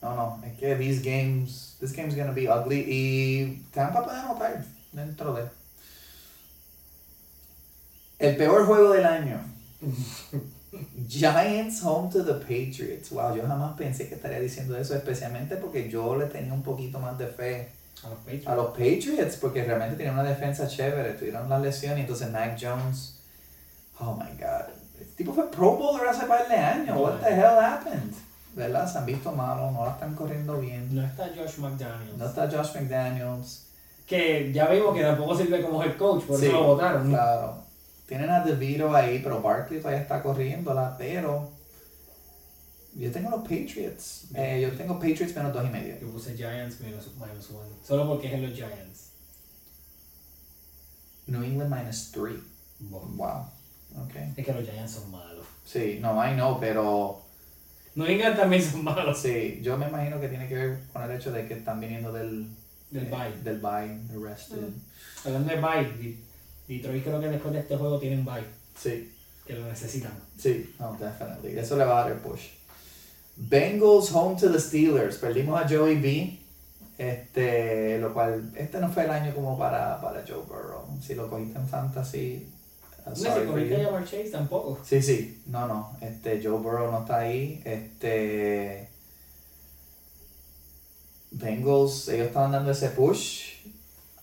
Speaker 2: No, no, es que these games, this game's gonna be ugly y Tampa puede anotar dentro de... El peor juego del año. Giants home to the Patriots. Wow, yo jamás pensé que estaría diciendo eso, especialmente porque yo le tenía un poquito más de fe
Speaker 1: A los Patriots.
Speaker 2: a los Patriots, porque realmente tenían una defensa chévere, tuvieron la lesión y entonces Mac Jones, oh my god, el tipo fue Pro Bowler hace par de años, what the hell happened? ¿Verdad? Se han visto malos, no la están corriendo bien,
Speaker 1: No está Josh McDaniels.
Speaker 2: no está Josh McDaniels,
Speaker 1: Que ya vimos que tampoco sirve como head coach, por
Speaker 2: Sí.
Speaker 1: eso lo votaron.
Speaker 2: claro, tienen a DeVito ahí, pero Barkley todavía está corriéndola, pero yo tengo los Patriots, Eh, yo tengo Patriots menos dos y medio.
Speaker 1: Yo puse Giants menos, minus one. Solo porque es en los Giants.
Speaker 2: New England minus three,
Speaker 1: Bueno,
Speaker 2: wow, ok,
Speaker 1: Es que los Giants son malos.
Speaker 2: sí, no, I know, pero...
Speaker 1: New England también son malos.
Speaker 2: Sí, yo me imagino que tiene que ver con el hecho de que están viniendo del,
Speaker 1: Del
Speaker 2: eh,
Speaker 1: bye.
Speaker 2: del bye, arrested.
Speaker 1: Hablando de bye, De- Detroit creo que después de este juego tienen bye.
Speaker 2: Sí,
Speaker 1: Que lo necesitan.
Speaker 2: sí, no, definitely. Eso le va a dar el push. Bengals home to the Steelers. Perdimos a Joey B. Este, lo cual, este no fue el año como para, para Joe Burrow. Si lo cogiste en fantasy, I'm
Speaker 1: No
Speaker 2: sorry for
Speaker 1: se corrige
Speaker 2: you.
Speaker 1: a Jamar Chase tampoco.
Speaker 2: Sí, sí, no, no. Este, Joe Burrow no está ahí. Este. Bengals, ellos estaban dando ese push.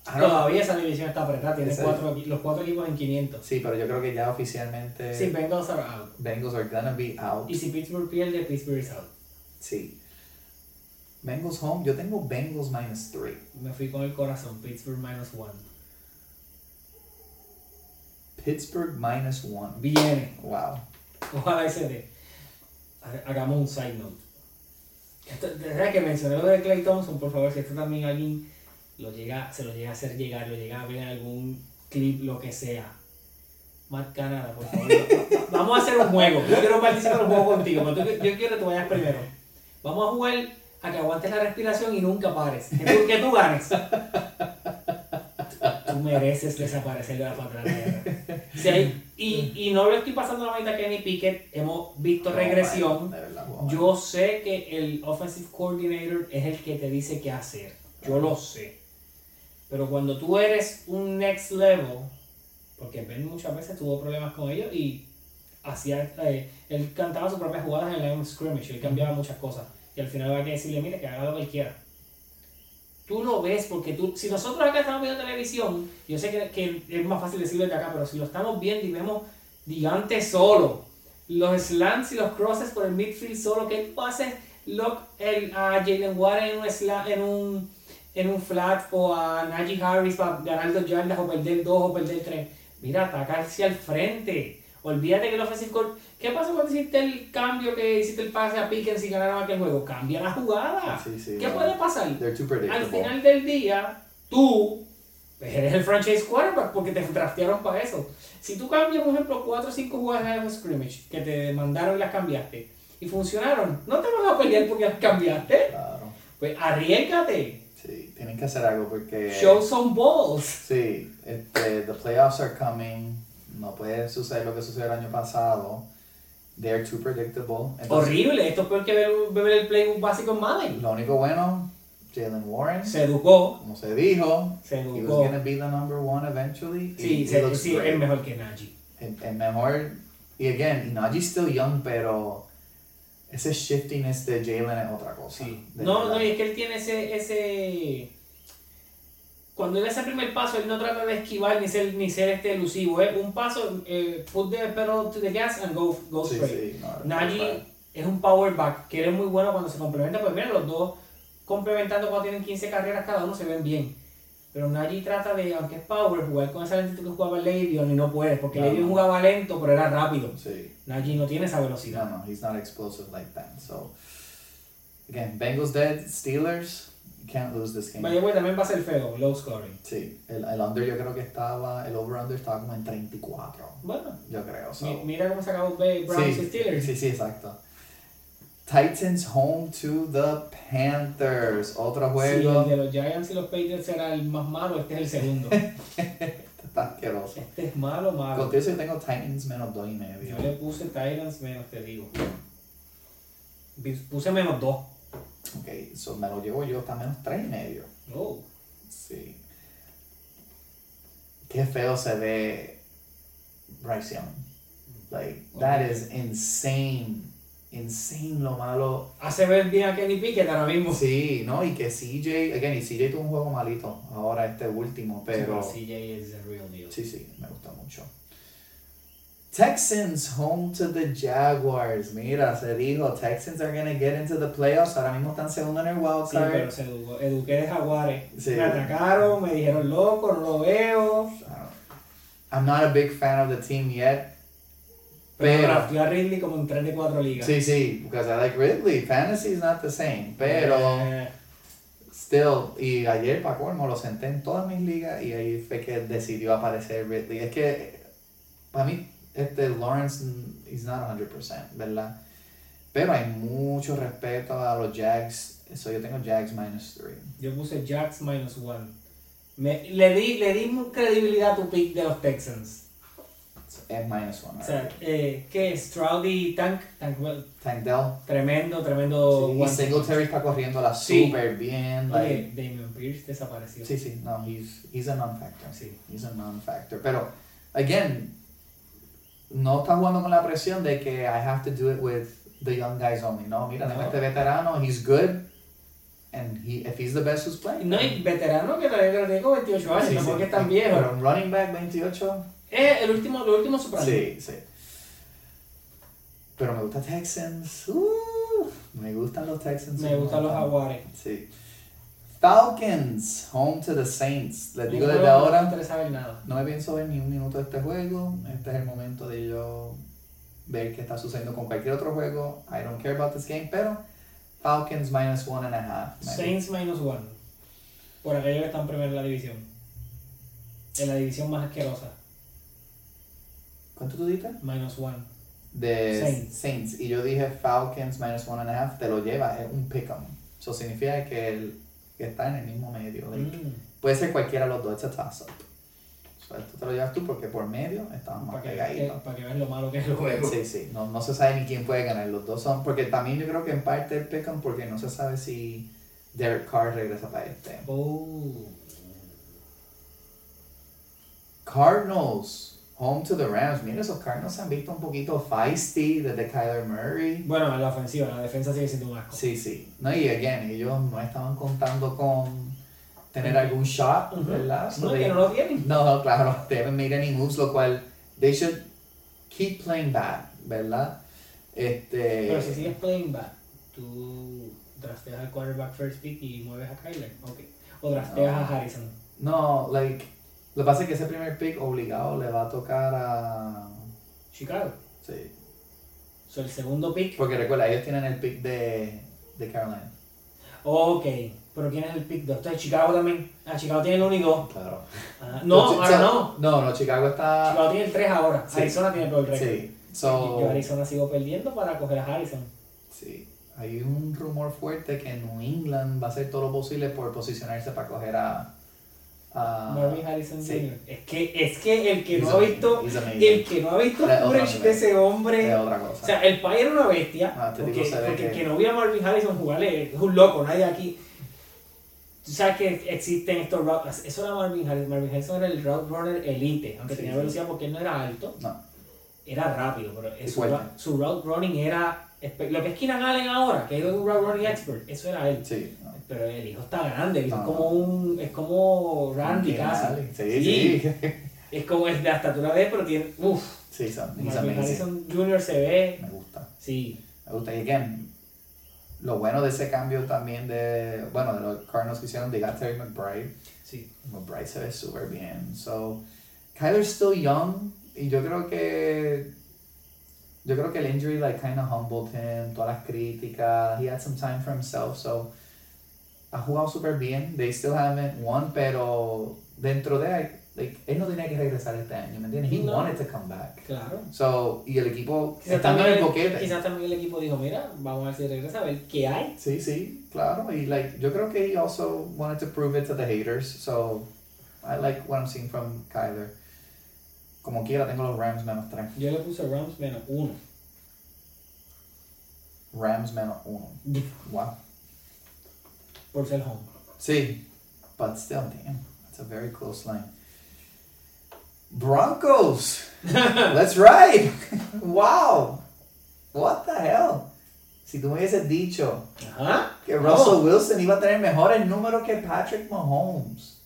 Speaker 2: I don't-
Speaker 1: Todavía esa división está apretada. Tiene
Speaker 2: Ah, Ese-
Speaker 1: cuatro, equi- los cuatro equipos en 500.
Speaker 2: Sí, pero yo creo que ya oficialmente
Speaker 1: Si Bengals are out.
Speaker 2: Bengals are gonna be out.
Speaker 1: Y si Pittsburgh pierde, Pittsburgh is out.
Speaker 2: Sí. Bengals home, yo tengo Bengals minus 3.
Speaker 1: Me fui con el corazón. Pittsburgh minus one.
Speaker 2: Pittsburgh minus 1.
Speaker 1: Viene.
Speaker 2: Wow.
Speaker 1: Ojalá ese de. ha- Hagamos un side note. Esto, de verdad que mencioné lo de Clay Thompson, por favor, si esto también alguien lo llega, se lo llega a hacer llegar, lo llega a ver en algún clip, lo que sea. Matt Canada, por favor. va- va- Vamos a hacer un juego. Yo quiero participar en un juego contigo, pero tú- yo quiero que tú vayas primero. Vamos a jugar a que aguantes la respiración y nunca pares. Que tú, que tú ganes. Tú mereces desaparecer de la faz de la tierra. Si hay- y, y no lo estoy pasando la manita que ni Pickett. Hemos visto regresión.
Speaker 2: Oh, De verdad, wow.
Speaker 1: Yo sé que el offensive coordinator es el que te dice qué hacer. Yo lo sé. Pero cuando tú eres un next level, porque Ben muchas veces tuvo problemas con ellos y hacía, eh, él cantaba sus propias jugadas en el line of scrimmage, él cambiaba muchas cosas. Y al final había que decirle, mire, que haga lo que él quiera. Tú lo ves porque tú, si nosotros acá estamos viendo televisión, yo sé que, que es más fácil decirlo de acá, pero si lo estamos viendo y vemos gigante solo, los slants y los crosses por el midfield solo, que tú haces lock el, a Jalen Warren en un, sla- en un en un flat o a Najee Harris para ganar dos yardas o perder dos o perder tres. Mira, ataca hacia el frente. Olvídate que el offensive court. ¿Qué pasó cuando hiciste el cambio que hiciste el pase a Pickens y ganaron aquel juego? Cambia la jugada.
Speaker 2: Sí, sí,
Speaker 1: ¿Qué
Speaker 2: no.
Speaker 1: puede pasar?
Speaker 2: They're too
Speaker 1: Al
Speaker 2: predictable.
Speaker 1: final del día, tú pues, eres el franchise quarterback porque te draftearon para eso. Si tú cambias, por ejemplo, 4 o 5 jugadas en el scrimmage que te mandaron y las cambiaste y funcionaron, no te vas a pelear porque las cambiaste.
Speaker 2: Claro.
Speaker 1: Pues arriesgate.
Speaker 2: Sí, tienen que hacer algo porque.
Speaker 1: Show some balls.
Speaker 2: Sí, este, the playoffs are coming. No puede suceder lo que sucedió el año pasado. They're too predictable. Entonces,
Speaker 1: Horrible. Esto es peor que ver, un- ver el playbook básico en Madden.
Speaker 2: lo único bueno, Jalen Warren,
Speaker 1: Se educó.
Speaker 2: como se dijo,
Speaker 1: Se
Speaker 2: He was
Speaker 1: educó.
Speaker 2: gonna be the number one eventually.
Speaker 1: Sí,
Speaker 2: He-
Speaker 1: se-
Speaker 2: he looks
Speaker 1: sí,
Speaker 2: great.
Speaker 1: es mejor que Najee.
Speaker 2: El, el mejor. Y again, y Najee's still young, pero ese shiftiness de Jalen es otra cosa.
Speaker 1: Sí.
Speaker 2: De
Speaker 1: No,
Speaker 2: verdad.
Speaker 1: no, y es que él tiene ese, ese. Cuando él hace el primer paso, él no trata de esquivar ni ser, ni ser este elusivo. ¿eh? Un paso, eh, put the pedal to the gas and go, go
Speaker 2: Sí,
Speaker 1: straight.
Speaker 2: sí, no,
Speaker 1: Najee
Speaker 2: right.
Speaker 1: es un power back que él es muy bueno cuando se complementa. Pues mira, los dos complementando cuando tienen 15 carreras cada uno, se ven bien. Pero Nagy trata de, aunque es power, jugar con esa lentitud que jugaba Le'Veon y no puede, porque
Speaker 2: No,
Speaker 1: Le'Veon
Speaker 2: no.
Speaker 1: jugaba lento, pero era rápido.
Speaker 2: Sí.
Speaker 1: Nagy no tiene esa velocidad.
Speaker 2: No, no, he's not explosive like that. So, again, Bengals dead, Steelers, you can't lose this game.
Speaker 1: Vaya, güey, también va a ser feo, low scoring.
Speaker 2: Sí, el, el under yo creo que estaba, el over-under estaba como en 34,
Speaker 1: Bueno,
Speaker 2: yo creo. So.
Speaker 1: mi- mira cómo se acabó Bay- Browns y Steelers.
Speaker 2: Sí, sí, exacto. Titans home to the Panthers. Otro
Speaker 1: Si el
Speaker 2: juego.
Speaker 1: de los Giants y los Patriots era el más malo, este es el
Speaker 2: [LAUGHS]
Speaker 1: segundo.
Speaker 2: Está asqueroso.
Speaker 1: este es malo, malo.
Speaker 2: Contigo yo tengo Titans menos 2 y medio.
Speaker 1: Yo le puse Titans menos, te digo. Puse menos dos.
Speaker 2: Ok, so me lo llevo yo hasta menos 3 y medio.
Speaker 1: Oh.
Speaker 2: Sí. Qué feo se ve Bryce Young. Like, that is insane. Insane lo malo.
Speaker 1: Hace ver bien a Kenny Pickett ahora mismo.
Speaker 2: Sí, ¿no? Y que CJ, again, y CJ tuvo un juego malito ahora este último, pero...
Speaker 1: Sí, CJ es el real deal.
Speaker 2: Sí, sí, me gusta mucho. Texans home to the Jaguars. Mira, se dijo, Texans are gonna get into the playoffs. Ahora mismo están segundo en el wild
Speaker 1: Sí,
Speaker 2: card.
Speaker 1: pero se educó. Eduqué de Jaguares.
Speaker 2: Sí.
Speaker 1: Me atacaron, me dijeron loco, no lo veo.
Speaker 2: I don't- I'm not a big fan of the team yet.
Speaker 1: Pero,
Speaker 2: Pero-
Speaker 1: drafté a Ridley como en 3 de 4 ligas.
Speaker 2: Sí, sí, because I like Ridley. Fantasy is not the same, pero
Speaker 1: Eh,
Speaker 2: still. Y ayer, para colmo, lo senté en todas mis ligas y ahí fue que decidió aparecer Ridley. Es que, para mí, este Lawrence mm, is not 100%, ¿verdad? Pero hay mucho respeto a los Jags. So yo tengo Jags minus 3.
Speaker 1: yo puse Jacks minus 1. le, di, le di credibilidad a tu pick de los Texans.
Speaker 2: Es minus 1.
Speaker 1: O sea, eh, ¿qué es? Stroud y Tank. Tank well,
Speaker 2: Tank Dell.
Speaker 1: tremendo, tremendo.
Speaker 2: y
Speaker 1: Oh, one-
Speaker 2: Singletary está corriendo la
Speaker 1: Sí.
Speaker 2: super bien. like-
Speaker 1: Oye, Damian Pierce desapareció.
Speaker 2: Sí, sí, no, he's, he's a non-factor.
Speaker 1: Sí.
Speaker 2: He's a non-factor. Pero, again, no está jugando con la presión de que I have to do it with the young guys only. No, mira, tengo
Speaker 1: No.
Speaker 2: este veterano, he's good, and he, if he's the best, who's playing?
Speaker 1: No, y veterano que todavía creo que tengo 28 años,
Speaker 2: Sí,
Speaker 1: tampoco
Speaker 2: sí.
Speaker 1: es tan viejo.
Speaker 2: Pero un running back 28,
Speaker 1: Eh, el último, lo último Soprano.
Speaker 2: sí, sí. Pero me gusta Texans. uh, me gustan los Texans.
Speaker 1: Me
Speaker 2: un
Speaker 1: gustan los
Speaker 2: montón.
Speaker 1: jaguares.
Speaker 2: Sí. Falcons, home to the Saints. Les digo
Speaker 1: No
Speaker 2: desde
Speaker 1: creo-
Speaker 2: ahora.
Speaker 1: No me interesa ver nada.
Speaker 2: No me pienso ver ni un minuto de este juego. Este es el momento de yo ver qué está sucediendo con cualquier otro juego. I don't care about this game, pero Falcons minus one and a half. maybe.
Speaker 1: Saints minus one. Por aquellos que están primero en la división. En la división más asquerosa.
Speaker 2: ¿Cuánto tú diste?
Speaker 1: Minus one.
Speaker 2: De
Speaker 1: Saints.
Speaker 2: Saints. Y yo dije Falcons minus one and a half. Te lo lleva, es un pick 'em. Eso significa que, el, que está en el mismo medio. like,
Speaker 1: Mm,
Speaker 2: Puede ser cualquiera de los dos, it's a toss up. So, esto te lo llevas tú porque por medio estaban más
Speaker 1: para, que, que-
Speaker 2: pegaditos.
Speaker 1: para que veas lo malo que es el juego.
Speaker 2: Sí, sí, no, no se sabe ni quién puede ganar. Los dos son, porque también yo creo que en parte el pecan porque no se sabe si Derek Carr regresa para este.
Speaker 1: Oh.
Speaker 2: Cardinals, home to the Rams. Mira, esos Cardinals se han visto un poquito feisty desde Kyler Murray.
Speaker 1: Bueno, la ofensiva, la defensa sigue siendo un asco.
Speaker 2: Sí, sí. No, y again, ellos no estaban contando con tener algún shot,
Speaker 1: Ujú.
Speaker 2: ¿verdad? So
Speaker 1: No,
Speaker 2: they-
Speaker 1: que no lo tienen.
Speaker 2: No, no, claro, [LAUGHS] they haven't made any moves, lo cual, they should keep playing bad, ¿verdad? Este...
Speaker 1: Pero si sigues playing bad, tú drafteas al quarterback first pick y mueves a Kyler. Ok. O drafteas
Speaker 2: No.
Speaker 1: a Harrison.
Speaker 2: No, like, lo que pasa es que ese primer pick obligado le va a tocar a.
Speaker 1: Chicago.
Speaker 2: Sí.
Speaker 1: So, el segundo pick
Speaker 2: Porque recuerda, ellos tienen el pick de, de Carolina.
Speaker 1: Ok, pero ¿quién es el pick 2? Entonces Chicago también. Ah, Chicago tiene el 1 y 2.
Speaker 2: Claro.
Speaker 1: no, ahora no.
Speaker 2: No, no, Chicago está.
Speaker 1: Chicago tiene el 3 ahora.
Speaker 2: Sí.
Speaker 1: Arizona tiene el peor récord.
Speaker 2: Sí. So,
Speaker 1: Yo Arizona sigo perdiendo para coger a Harrison.
Speaker 2: sí. Hay un rumor fuerte que New England va a hacer todo lo posible por posicionarse para coger a. a
Speaker 1: Marvin Harrison
Speaker 2: Ah, sí.
Speaker 1: Jr. Es que, es que el que
Speaker 2: He's
Speaker 1: no ha
Speaker 2: amazing,
Speaker 1: visto,
Speaker 2: he's amazing.
Speaker 1: el que no ha visto
Speaker 2: Otra-
Speaker 1: coverage
Speaker 2: otra
Speaker 1: de ese
Speaker 2: Es
Speaker 1: hombre.
Speaker 2: otra
Speaker 1: O
Speaker 2: cosa.
Speaker 1: sea, el pai era una bestia.
Speaker 2: Ah, este tipo
Speaker 1: porque
Speaker 2: se ve
Speaker 1: porque el
Speaker 2: que-
Speaker 1: que no vio a Marvin Harrison jugar es es un loco, nadie aquí. Tú sabes que existen estos routes. Eso era Marvin Harrison. Marvin Harrison era el route runner elite, aunque
Speaker 2: Sí,
Speaker 1: tenía
Speaker 2: sí.
Speaker 1: velocidad porque él no era alto.
Speaker 2: no.
Speaker 1: era rápido, pero
Speaker 2: Y
Speaker 1: su,
Speaker 2: fuerte.
Speaker 1: ra- su route running era. espe- Lo que es Keenan Allen ahora, que es un route running expert, eso era él.
Speaker 2: Sí. no.
Speaker 1: Pero el hijo está grande, el hijo
Speaker 2: No.
Speaker 1: es como un. Es como Randy casi.
Speaker 2: Sí, sí. Sí, [LAUGHS]
Speaker 1: Es como es de la estatura de él, pero tiene. Uff,
Speaker 2: son- he's
Speaker 1: Marvin
Speaker 2: amazing.
Speaker 1: Harrison Jr. se ve.
Speaker 2: Me gusta.
Speaker 1: Sí.
Speaker 2: Me gusta. Y again, Lo bueno de ese cambio también de, bueno, de los Cardinals que hicieron, they got Terry McBride.
Speaker 1: Sí.
Speaker 2: McBride se ve súper bien. So, Kyler's still young y yo creo que, yo creo que el injury like kind of humbled him, todas las críticas, he had some time for himself, so ha jugado súper bien. They still haven't won, pero dentro de, like, él no tenía que regresar este año, ¿me entiendes? He
Speaker 1: No.
Speaker 2: wanted to come back.
Speaker 1: Claro.
Speaker 2: So, y el equipo
Speaker 1: Quizás
Speaker 2: está en el
Speaker 1: también,
Speaker 2: boquete.
Speaker 1: quizás también el equipo dijo, mira, vamos a ver si regresa a ver qué hay.
Speaker 2: Sí, sí, claro. Y like, yo creo que he also wanted to prove it to the haters. So, I like what I'm seeing from Kyler. Como quiera, tengo los Rams menos 3.
Speaker 1: Yo le puse Rams menos uno.
Speaker 2: Rams menos 1. Wow.
Speaker 1: Por
Speaker 2: [LAUGHS]
Speaker 1: ser home.
Speaker 2: Sí. But still, damn. That's a very close line. Broncos. Let's ride. [LAUGHS] wow. What the hell? Si tú me hubieses dicho
Speaker 1: Ajá.
Speaker 2: que
Speaker 1: No.
Speaker 2: Russell Wilson iba a tener mejores números que Patrick Mahomes.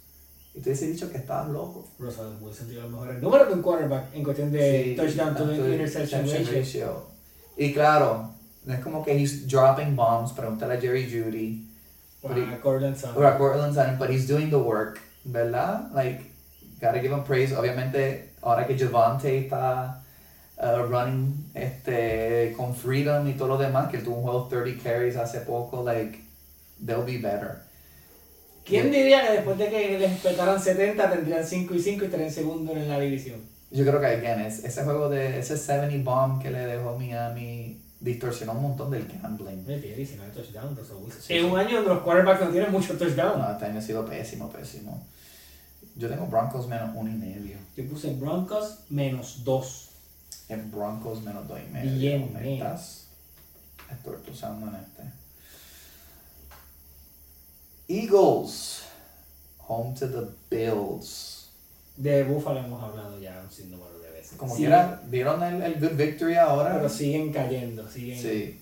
Speaker 2: Y te hubiese dicho que estabas loco.
Speaker 1: Russell Wilson tiene a lo mejor el número de un quarterback en cuestión de
Speaker 2: Sí,
Speaker 1: touchdown to
Speaker 2: tanto de
Speaker 1: interception
Speaker 2: interception
Speaker 1: ratio.
Speaker 2: ratio. Y claro, no es como que he's dropping bombs, pregúntale a Jerry Judy
Speaker 1: Para Cortland Sutton.
Speaker 2: o a Cortland Sutton, but he's doing the work, ¿verdad? Like, gotta give him praise. Obviamente, ahora que Javante está uh, running este, con Freedom y todo lo demás, que él tuvo un juego 30 carries hace poco, like, they'll be better.
Speaker 1: ¿Quién diría que después de que les petaran 70 tendrían 5 y 5 y estarían segundos en la división?
Speaker 2: Yo creo que, again, es, ese juego de ese 70 bomb que le dejó Miami distorsionó un montón del gambling.
Speaker 1: Me tiene 19 touchdowns, Russell Wilson.
Speaker 2: Sí,
Speaker 1: en
Speaker 2: sí.
Speaker 1: un año donde los quarterbacks no tienen muchos touchdowns.
Speaker 2: No, este año ha sido pésimo, pésimo. Yo tengo Broncos menos uno y medio.
Speaker 1: Yo puse Broncos menos 2.
Speaker 2: En Broncos menos dos y medio.
Speaker 1: Bien,
Speaker 2: ¿Dónde
Speaker 1: bien.
Speaker 2: estás? Estortuzando en este. Eagles. Home to the Bills.
Speaker 1: De Buffalo hemos hablado ya un sinnúmero de veces.
Speaker 2: Como
Speaker 1: Sí,
Speaker 2: quiera, dieron el, el good victory ahora.
Speaker 1: Pero siguen cayendo, siguen.
Speaker 2: Sí.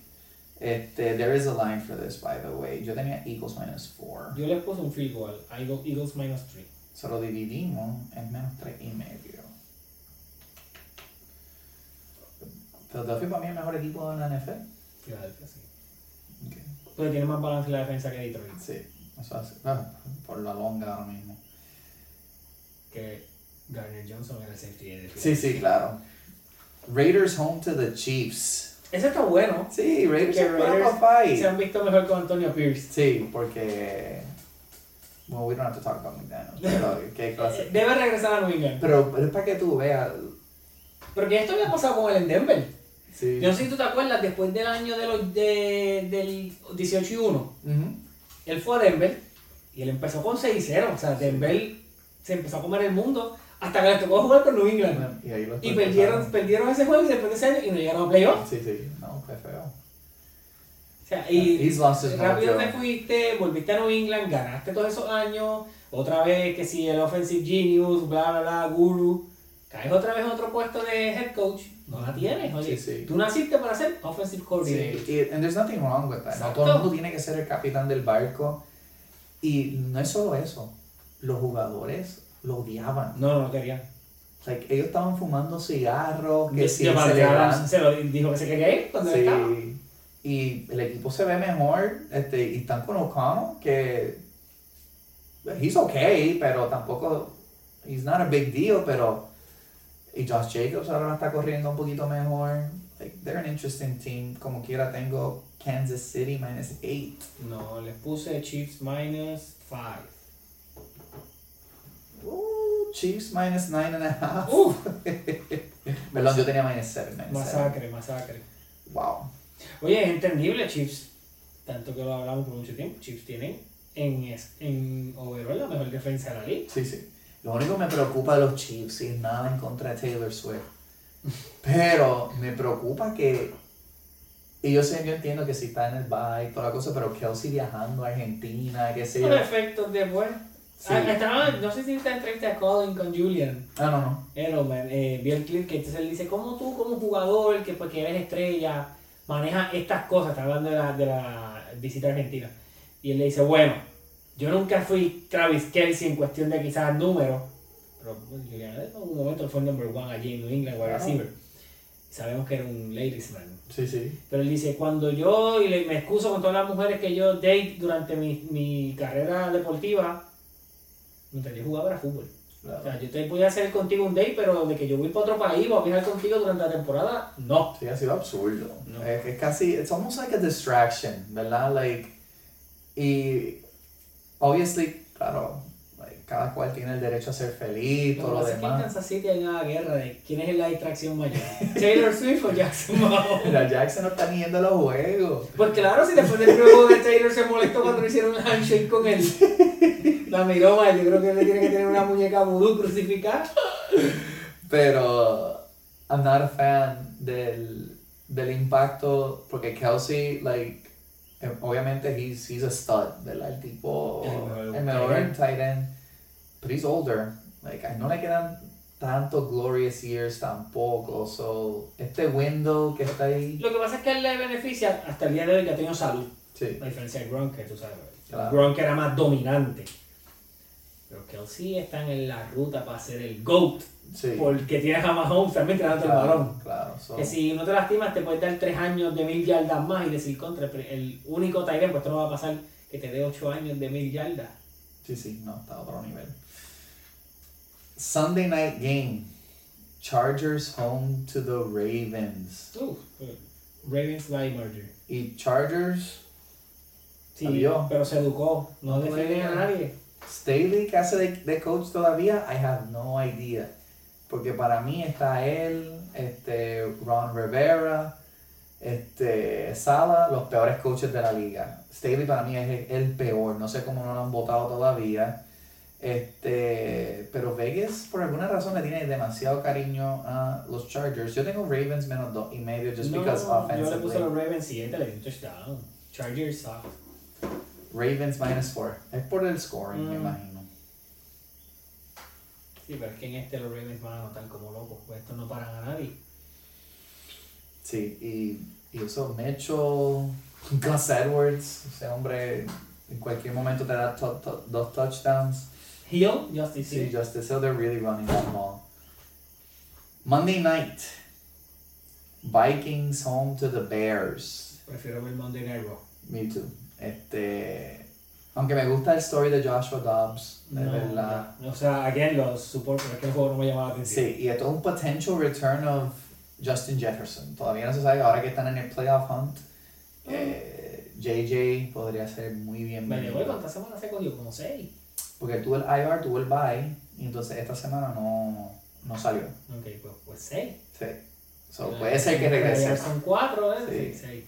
Speaker 2: Este, there is a line for this, by the way. Yo tenía Eagles minus 4.
Speaker 1: Yo les puse un free goal, Eagle- Eagles minus 3.
Speaker 2: Se lo dividimos en menos tres y medio. Philadelphia para mí es el mejor equipo de la NFL.
Speaker 1: Filadelfia, sí.
Speaker 2: Ok,
Speaker 1: Pero tiene más balance la defensa que Detroit.
Speaker 2: Sí, eso hace. Bueno, por la longa ahora mismo.
Speaker 1: Que Garner Johnson era el safety de Detroit.
Speaker 2: Sí, sí, claro. Raiders home to the Chiefs.
Speaker 1: Ese está bueno.
Speaker 2: Sí, Raiders
Speaker 1: Que
Speaker 2: se fueron
Speaker 1: Raiders
Speaker 2: pa' fight.
Speaker 1: Se han visto mejor con Antonio Pierce.
Speaker 2: Sí, porque. Bueno, we don't have to talk about McDaniels,
Speaker 1: [LAUGHS]
Speaker 2: pero qué clase.
Speaker 1: Eh, Debe regresar a New England.
Speaker 2: Pero, pero es para que tú veas.
Speaker 1: Porque esto había pasado con él en Denver.
Speaker 2: Sí.
Speaker 1: Yo no sé si tú te acuerdas, después del año de los, de, del 18 y 1,
Speaker 2: Ujú.
Speaker 1: él fue a Denver y él empezó con 6-0. O sea, Denver se empezó a comer el mundo hasta que le tocó jugar con New England.
Speaker 2: Y ahí los
Speaker 1: Y perdieron, perdieron ese juego y después de ese año y no llegaron a playoffs.
Speaker 2: Sí, sí, no, qué feo.
Speaker 1: O sea, y
Speaker 2: He's lost his
Speaker 1: rápido
Speaker 2: mojo.
Speaker 1: te fuiste, volviste a New England, ganaste todos esos años. Otra vez que si el Offensive Genius, bla, bla, bla, Guru. Caes otra vez en otro puesto de head coach. No la tienes, oye.
Speaker 2: Sí, sí.
Speaker 1: Tú naciste para ser Offensive Coordinator.
Speaker 2: Sí, y- and there's nothing wrong with that. No
Speaker 1: Exacto.
Speaker 2: todo el mundo tiene que ser el capitán del barco. Y no es solo eso. Los jugadores lo odiaban.
Speaker 1: No, no quería.
Speaker 2: Like, ellos estaban fumando cigarros, que
Speaker 1: Yo-
Speaker 2: si
Speaker 1: yo
Speaker 2: se
Speaker 1: Mark
Speaker 2: le
Speaker 1: Adams
Speaker 2: dan-
Speaker 1: se lo dijo que se quería ir cuando él estaba.
Speaker 2: Sí. Y el equipo se ve mejor. Este, y están con O'Connell, que. He's okay, pero tampoco. He's not a big deal, pero. Y Josh Jacobs ahora está corriendo un poquito mejor. Like, they're an interesting team. Como quiera, tengo Kansas City minus 8.
Speaker 1: No, les puse Chiefs minus 5.
Speaker 2: Ooh, Chiefs minus nine and a half.
Speaker 1: Uf,
Speaker 2: Perdón, yo tenía minus seven, minus seven.
Speaker 1: masacre, masacre.
Speaker 2: Wow.
Speaker 1: Oye, es entendible Chiefs. Tanto que lo hablamos por mucho tiempo. Chiefs tienen en, es- en overall la mejor defensa de la liga.
Speaker 2: Sí, sí. Lo único que me preocupa de los Chiefs y es nada en contra de Taylor Swift. Pero me preocupa que. Y yo sé, yo entiendo que si está en el bye y toda la cosa, pero Kelsey viajando a Argentina, qué sé yo.
Speaker 1: Por efectos de bueno.
Speaker 2: Sí.
Speaker 1: Ah, estaba- no sé si viste la entrevista de Colin con Julian.
Speaker 2: Ah, no, no.
Speaker 1: Edelman, eh, vi el clip que entonces él dice, ¿cómo tú como jugador, que porque eres estrella, manejas estas cosas? Está hablando de la, de la visita a Argentina. Y él le dice, bueno, yo nunca fui Travis Kelsey en cuestión de quizás números, pero pues, yo gané en un momento fue el number one allí en New England, wide
Speaker 2: Claro.
Speaker 1: receiver. Sabemos que era un ladies man.
Speaker 2: Sí, sí.
Speaker 1: Pero él dice, cuando yo, y le- me excuso con todas las mujeres que yo date durante mi, mi carrera deportiva, mientras yo jugaba era fútbol. O
Speaker 2: Claro.
Speaker 1: sea, yo te voy a hacer contigo un date, pero de que yo voy para otro país, voy a viajar contigo durante la temporada, no.
Speaker 2: Sí, ha sido absurdo.
Speaker 1: No.
Speaker 2: Es, es casi, it's almost like a distraction, ¿verdad? Like, y, obviously, claro, like, cada cual tiene el derecho a ser feliz, todo
Speaker 1: Lo que
Speaker 2: lo
Speaker 1: pasa es que en
Speaker 2: demás.
Speaker 1: Kansas City hay una guerra de quién es la distracción [LAUGHS] mayor, Taylor Swift o Jackson Mahomes.
Speaker 2: Mira, Jackson no está ni yendo a los juegos.
Speaker 1: Pues claro, si después del juego de Taylor se molestó cuando le hicieron un handshake con él. La miró mal, yo creo que él le tiene que tener una muñeca vudú crucificada.
Speaker 2: Pero I'm not a fan del, del impacto, porque Kelsey, like, eh, obviamente he's, he's a stud, ¿verdad? El tipo,
Speaker 1: El mejor
Speaker 2: el mejor
Speaker 1: tight end.
Speaker 2: tight end, but he's older. Like, ay, no le quedan tantos glorious years tampoco, so, este window que está ahí,
Speaker 1: Lo que pasa es que él le beneficia hasta el día de hoy que ha tenido salud.
Speaker 2: sí,
Speaker 1: La diferencia de Gronk, que tú sabes.
Speaker 2: Claro.
Speaker 1: Gronk era más dominante. Pero Kelsey está en la ruta para ser el GOAT.
Speaker 2: sí.
Speaker 1: Porque tienes a Mahomes también tirándote el balón.
Speaker 2: Claro, claro, so,
Speaker 1: Que si no te lastimas, te puedes dar tres años de mil yardas más y decir contra. pero El único Tyrant, pues esto no va a pasar que te dé ocho años de mil yardas.
Speaker 2: sí, sí, no, está a otro nivel. Sunday night game, Chargers home to the Ravens.
Speaker 1: Uf, Ravens by Murder.
Speaker 2: Y Chargers,
Speaker 1: Sí,
Speaker 2: Adiós.
Speaker 1: pero se educó. No
Speaker 2: No
Speaker 1: defienden a
Speaker 2: juegan.
Speaker 1: nadie.
Speaker 2: Staley que hace de, de coach todavía, I have no idea. Porque para mí está él, este, Ron Rivera, este, Sala, los peores coaches de la liga. Staley para mí es el, el peor, no sé cómo no lo han votado todavía. Este, pero Vegas por alguna razón le tiene demasiado cariño a los Chargers. Yo tengo Ravens menos dos y medio just
Speaker 1: No,
Speaker 2: because
Speaker 1: yo le
Speaker 2: offensively.
Speaker 1: puse a los Ravens 7, le di un touchdown. Chargers suck.
Speaker 2: Ravens minus four. Es por el scoring, me
Speaker 1: Mm.
Speaker 2: imagino.
Speaker 1: Sí, pero es que en este los Ravens van a anotar como locos, pues estos no paran a nadie.
Speaker 2: Sí, y, y eso, Mitchell, Gus Edwards, ese hombre en cualquier momento te da to- to- dos touchdowns.
Speaker 1: Hill, Justice
Speaker 2: Sí,
Speaker 1: Hill.
Speaker 2: Justice Hill, they're really running that ball. Monday night, Vikings home to the Bears.
Speaker 1: Prefiero ver Monday Night Raw.
Speaker 2: Me too. Este, aunque me gusta el story de Joshua Dobbs, de
Speaker 1: No,
Speaker 2: verdad.
Speaker 1: no. O sea, again, los support, pero es que el juego no me llama la atención.
Speaker 2: Sí, y esto es un potential return of Justin Jefferson. Todavía no se sabe, ahora que están en el playoff hunt, eh, JJ podría ser muy bien.
Speaker 1: Me llevó esta semana se cogió como 6.
Speaker 2: Porque tuvo el IR, tuvo el bye, y entonces esta semana no, no salió.
Speaker 1: Ok, pues 6.
Speaker 2: Sí. So, puede ser que regrese.
Speaker 1: Son 4, ¿eh?
Speaker 2: Sí.
Speaker 1: Sí, seis.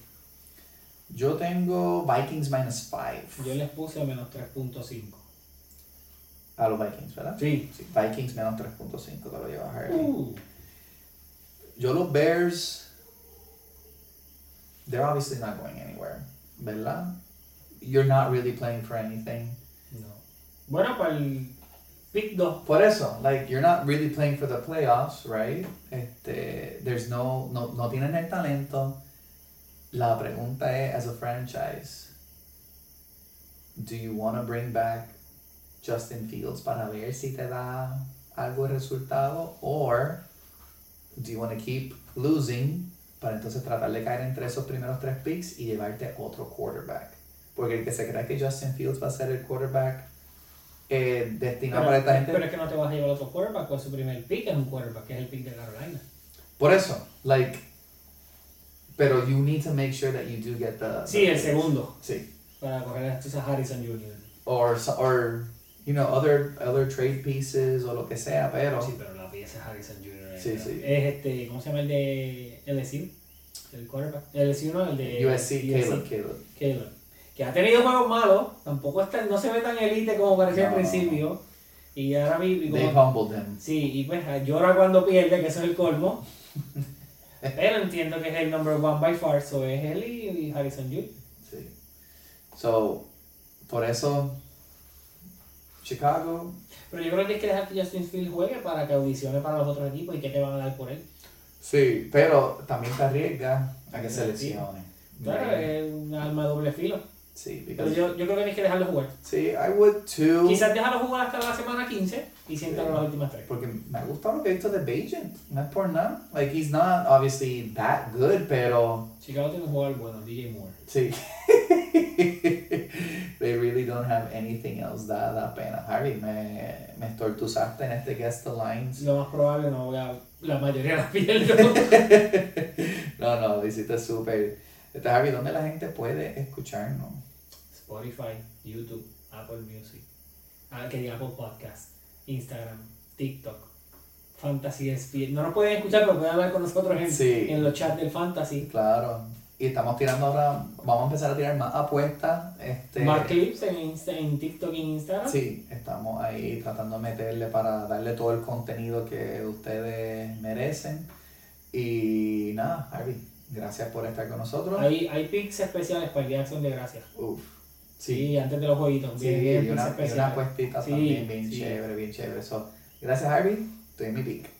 Speaker 2: Yo tengo Vikings minus
Speaker 1: Yo
Speaker 2: 5
Speaker 1: les puse a menos 3.5.
Speaker 2: a los Vikings, ¿verdad?
Speaker 1: Sí.
Speaker 2: Sí, Vikings menos 3.5 te lo lleva Hardy.
Speaker 1: Uh,
Speaker 2: Yo los Bears, they're obviously not going anywhere, ¿verdad? You're not really playing for anything.
Speaker 1: no. Bueno, para el pick 2.
Speaker 2: Por eso, like, you're not really playing for the playoffs, right? Este, there's no, no, no tienen el talento. La pregunta es, as a franchise, do you want to bring back Justin Fields para ver si te da algo de resultado? Or do you want to keep losing para entonces tratar de caer entre esos primeros tres picks y llevarte otro quarterback? Porque el que se crea que Justin Fields va a ser el quarterback eh, destinado para esta gente...
Speaker 1: pero es que no te vas a llevar otro quarterback con su primer pick, es un quarterback, que es el pick de Carolina.
Speaker 2: Por eso, like, pero you need to make sure that you do get the.
Speaker 1: Sí,
Speaker 2: the-
Speaker 1: el segundo.
Speaker 2: Sí.
Speaker 1: Para coger a a Harrison Jr.
Speaker 2: Or so- or you know other other trade pieces o lo que sea, pero
Speaker 1: Sí, pero la pieza es Harrison Jr. es-
Speaker 2: Sí, sí.
Speaker 1: Es este, ¿cómo se llama el de LSU? El quarterback. LSU no, el de
Speaker 2: USC, Caleb, Caleb.
Speaker 1: Caleb. Que ha tenido juegos malos, tampoco está, no se ve tan elite como parecía al
Speaker 2: No.
Speaker 1: principio. Y ahora vi, vi
Speaker 2: They
Speaker 1: como-
Speaker 2: humbled him.
Speaker 1: Sí, y pues llora cuando pierde, que eso es el colmo. Pero entiendo que es el number one by far, so es él y y Harrison Jr.
Speaker 2: Sí. So, por eso, Chicago.
Speaker 1: Pero yo creo que hay que dejar que Justin Field juegue para que audicione para los otros equipos y que te van a dar por él.
Speaker 2: Sí, pero también te arriesga a que se
Speaker 1: Sí. eh.
Speaker 2: lesione.
Speaker 1: Claro, es un alma de doble filo.
Speaker 2: Sí,
Speaker 1: Pero
Speaker 2: because,
Speaker 1: yo, yo creo que tienes que dejarlo jugar.
Speaker 2: sí, I would too.
Speaker 1: Quizás dejarlo jugar hasta la semana 15 y siéntalo las últimas tres.
Speaker 2: Porque me ha gustado lo que he visto de Bajan. No es por nada. Like, he's not obviously that good, pero
Speaker 1: Chicago tiene un jugador bueno, DJ Moore.
Speaker 2: sí. [LAUGHS] They really don't have anything else. Da, da pena. Harry, me, me estortuzaste en este guest the lines.
Speaker 1: Lo más probable no voy a. La mayoría la pierdo.
Speaker 2: [LAUGHS] No, no, lo hiciste súper. Este, Harry, ¿dónde la gente puede escucharnos?
Speaker 1: Spotify, YouTube, Apple Music, ah, que diga Apple Podcast, Instagram, TikTok, Fantasy ESPN. No nos pueden escuchar, pero pueden hablar con nosotros en,
Speaker 2: Sí.
Speaker 1: en los chats del Fantasy.
Speaker 2: Claro. Y estamos tirando ahora, vamos a empezar a tirar más apuestas. Este,
Speaker 1: Mark Clips en, Insta- en TikTok y en Instagram.
Speaker 2: Sí, estamos ahí tratando de meterle para darle todo el contenido que ustedes merecen. Y nada, Harvey, gracias por estar con nosotros.
Speaker 1: Hay, hay picks especiales para el día de acción de gracias.
Speaker 2: Uf.
Speaker 1: Sí, antes de los jueguitos.
Speaker 2: Sí,
Speaker 1: bien,
Speaker 2: y
Speaker 1: bien,
Speaker 2: una, y
Speaker 1: picks
Speaker 2: una
Speaker 1: especiales.
Speaker 2: apuestita
Speaker 1: Sí,
Speaker 2: también bien
Speaker 1: sí.
Speaker 2: chévere, bien chévere. So, gracias, Harvey. Estoy en mi pick.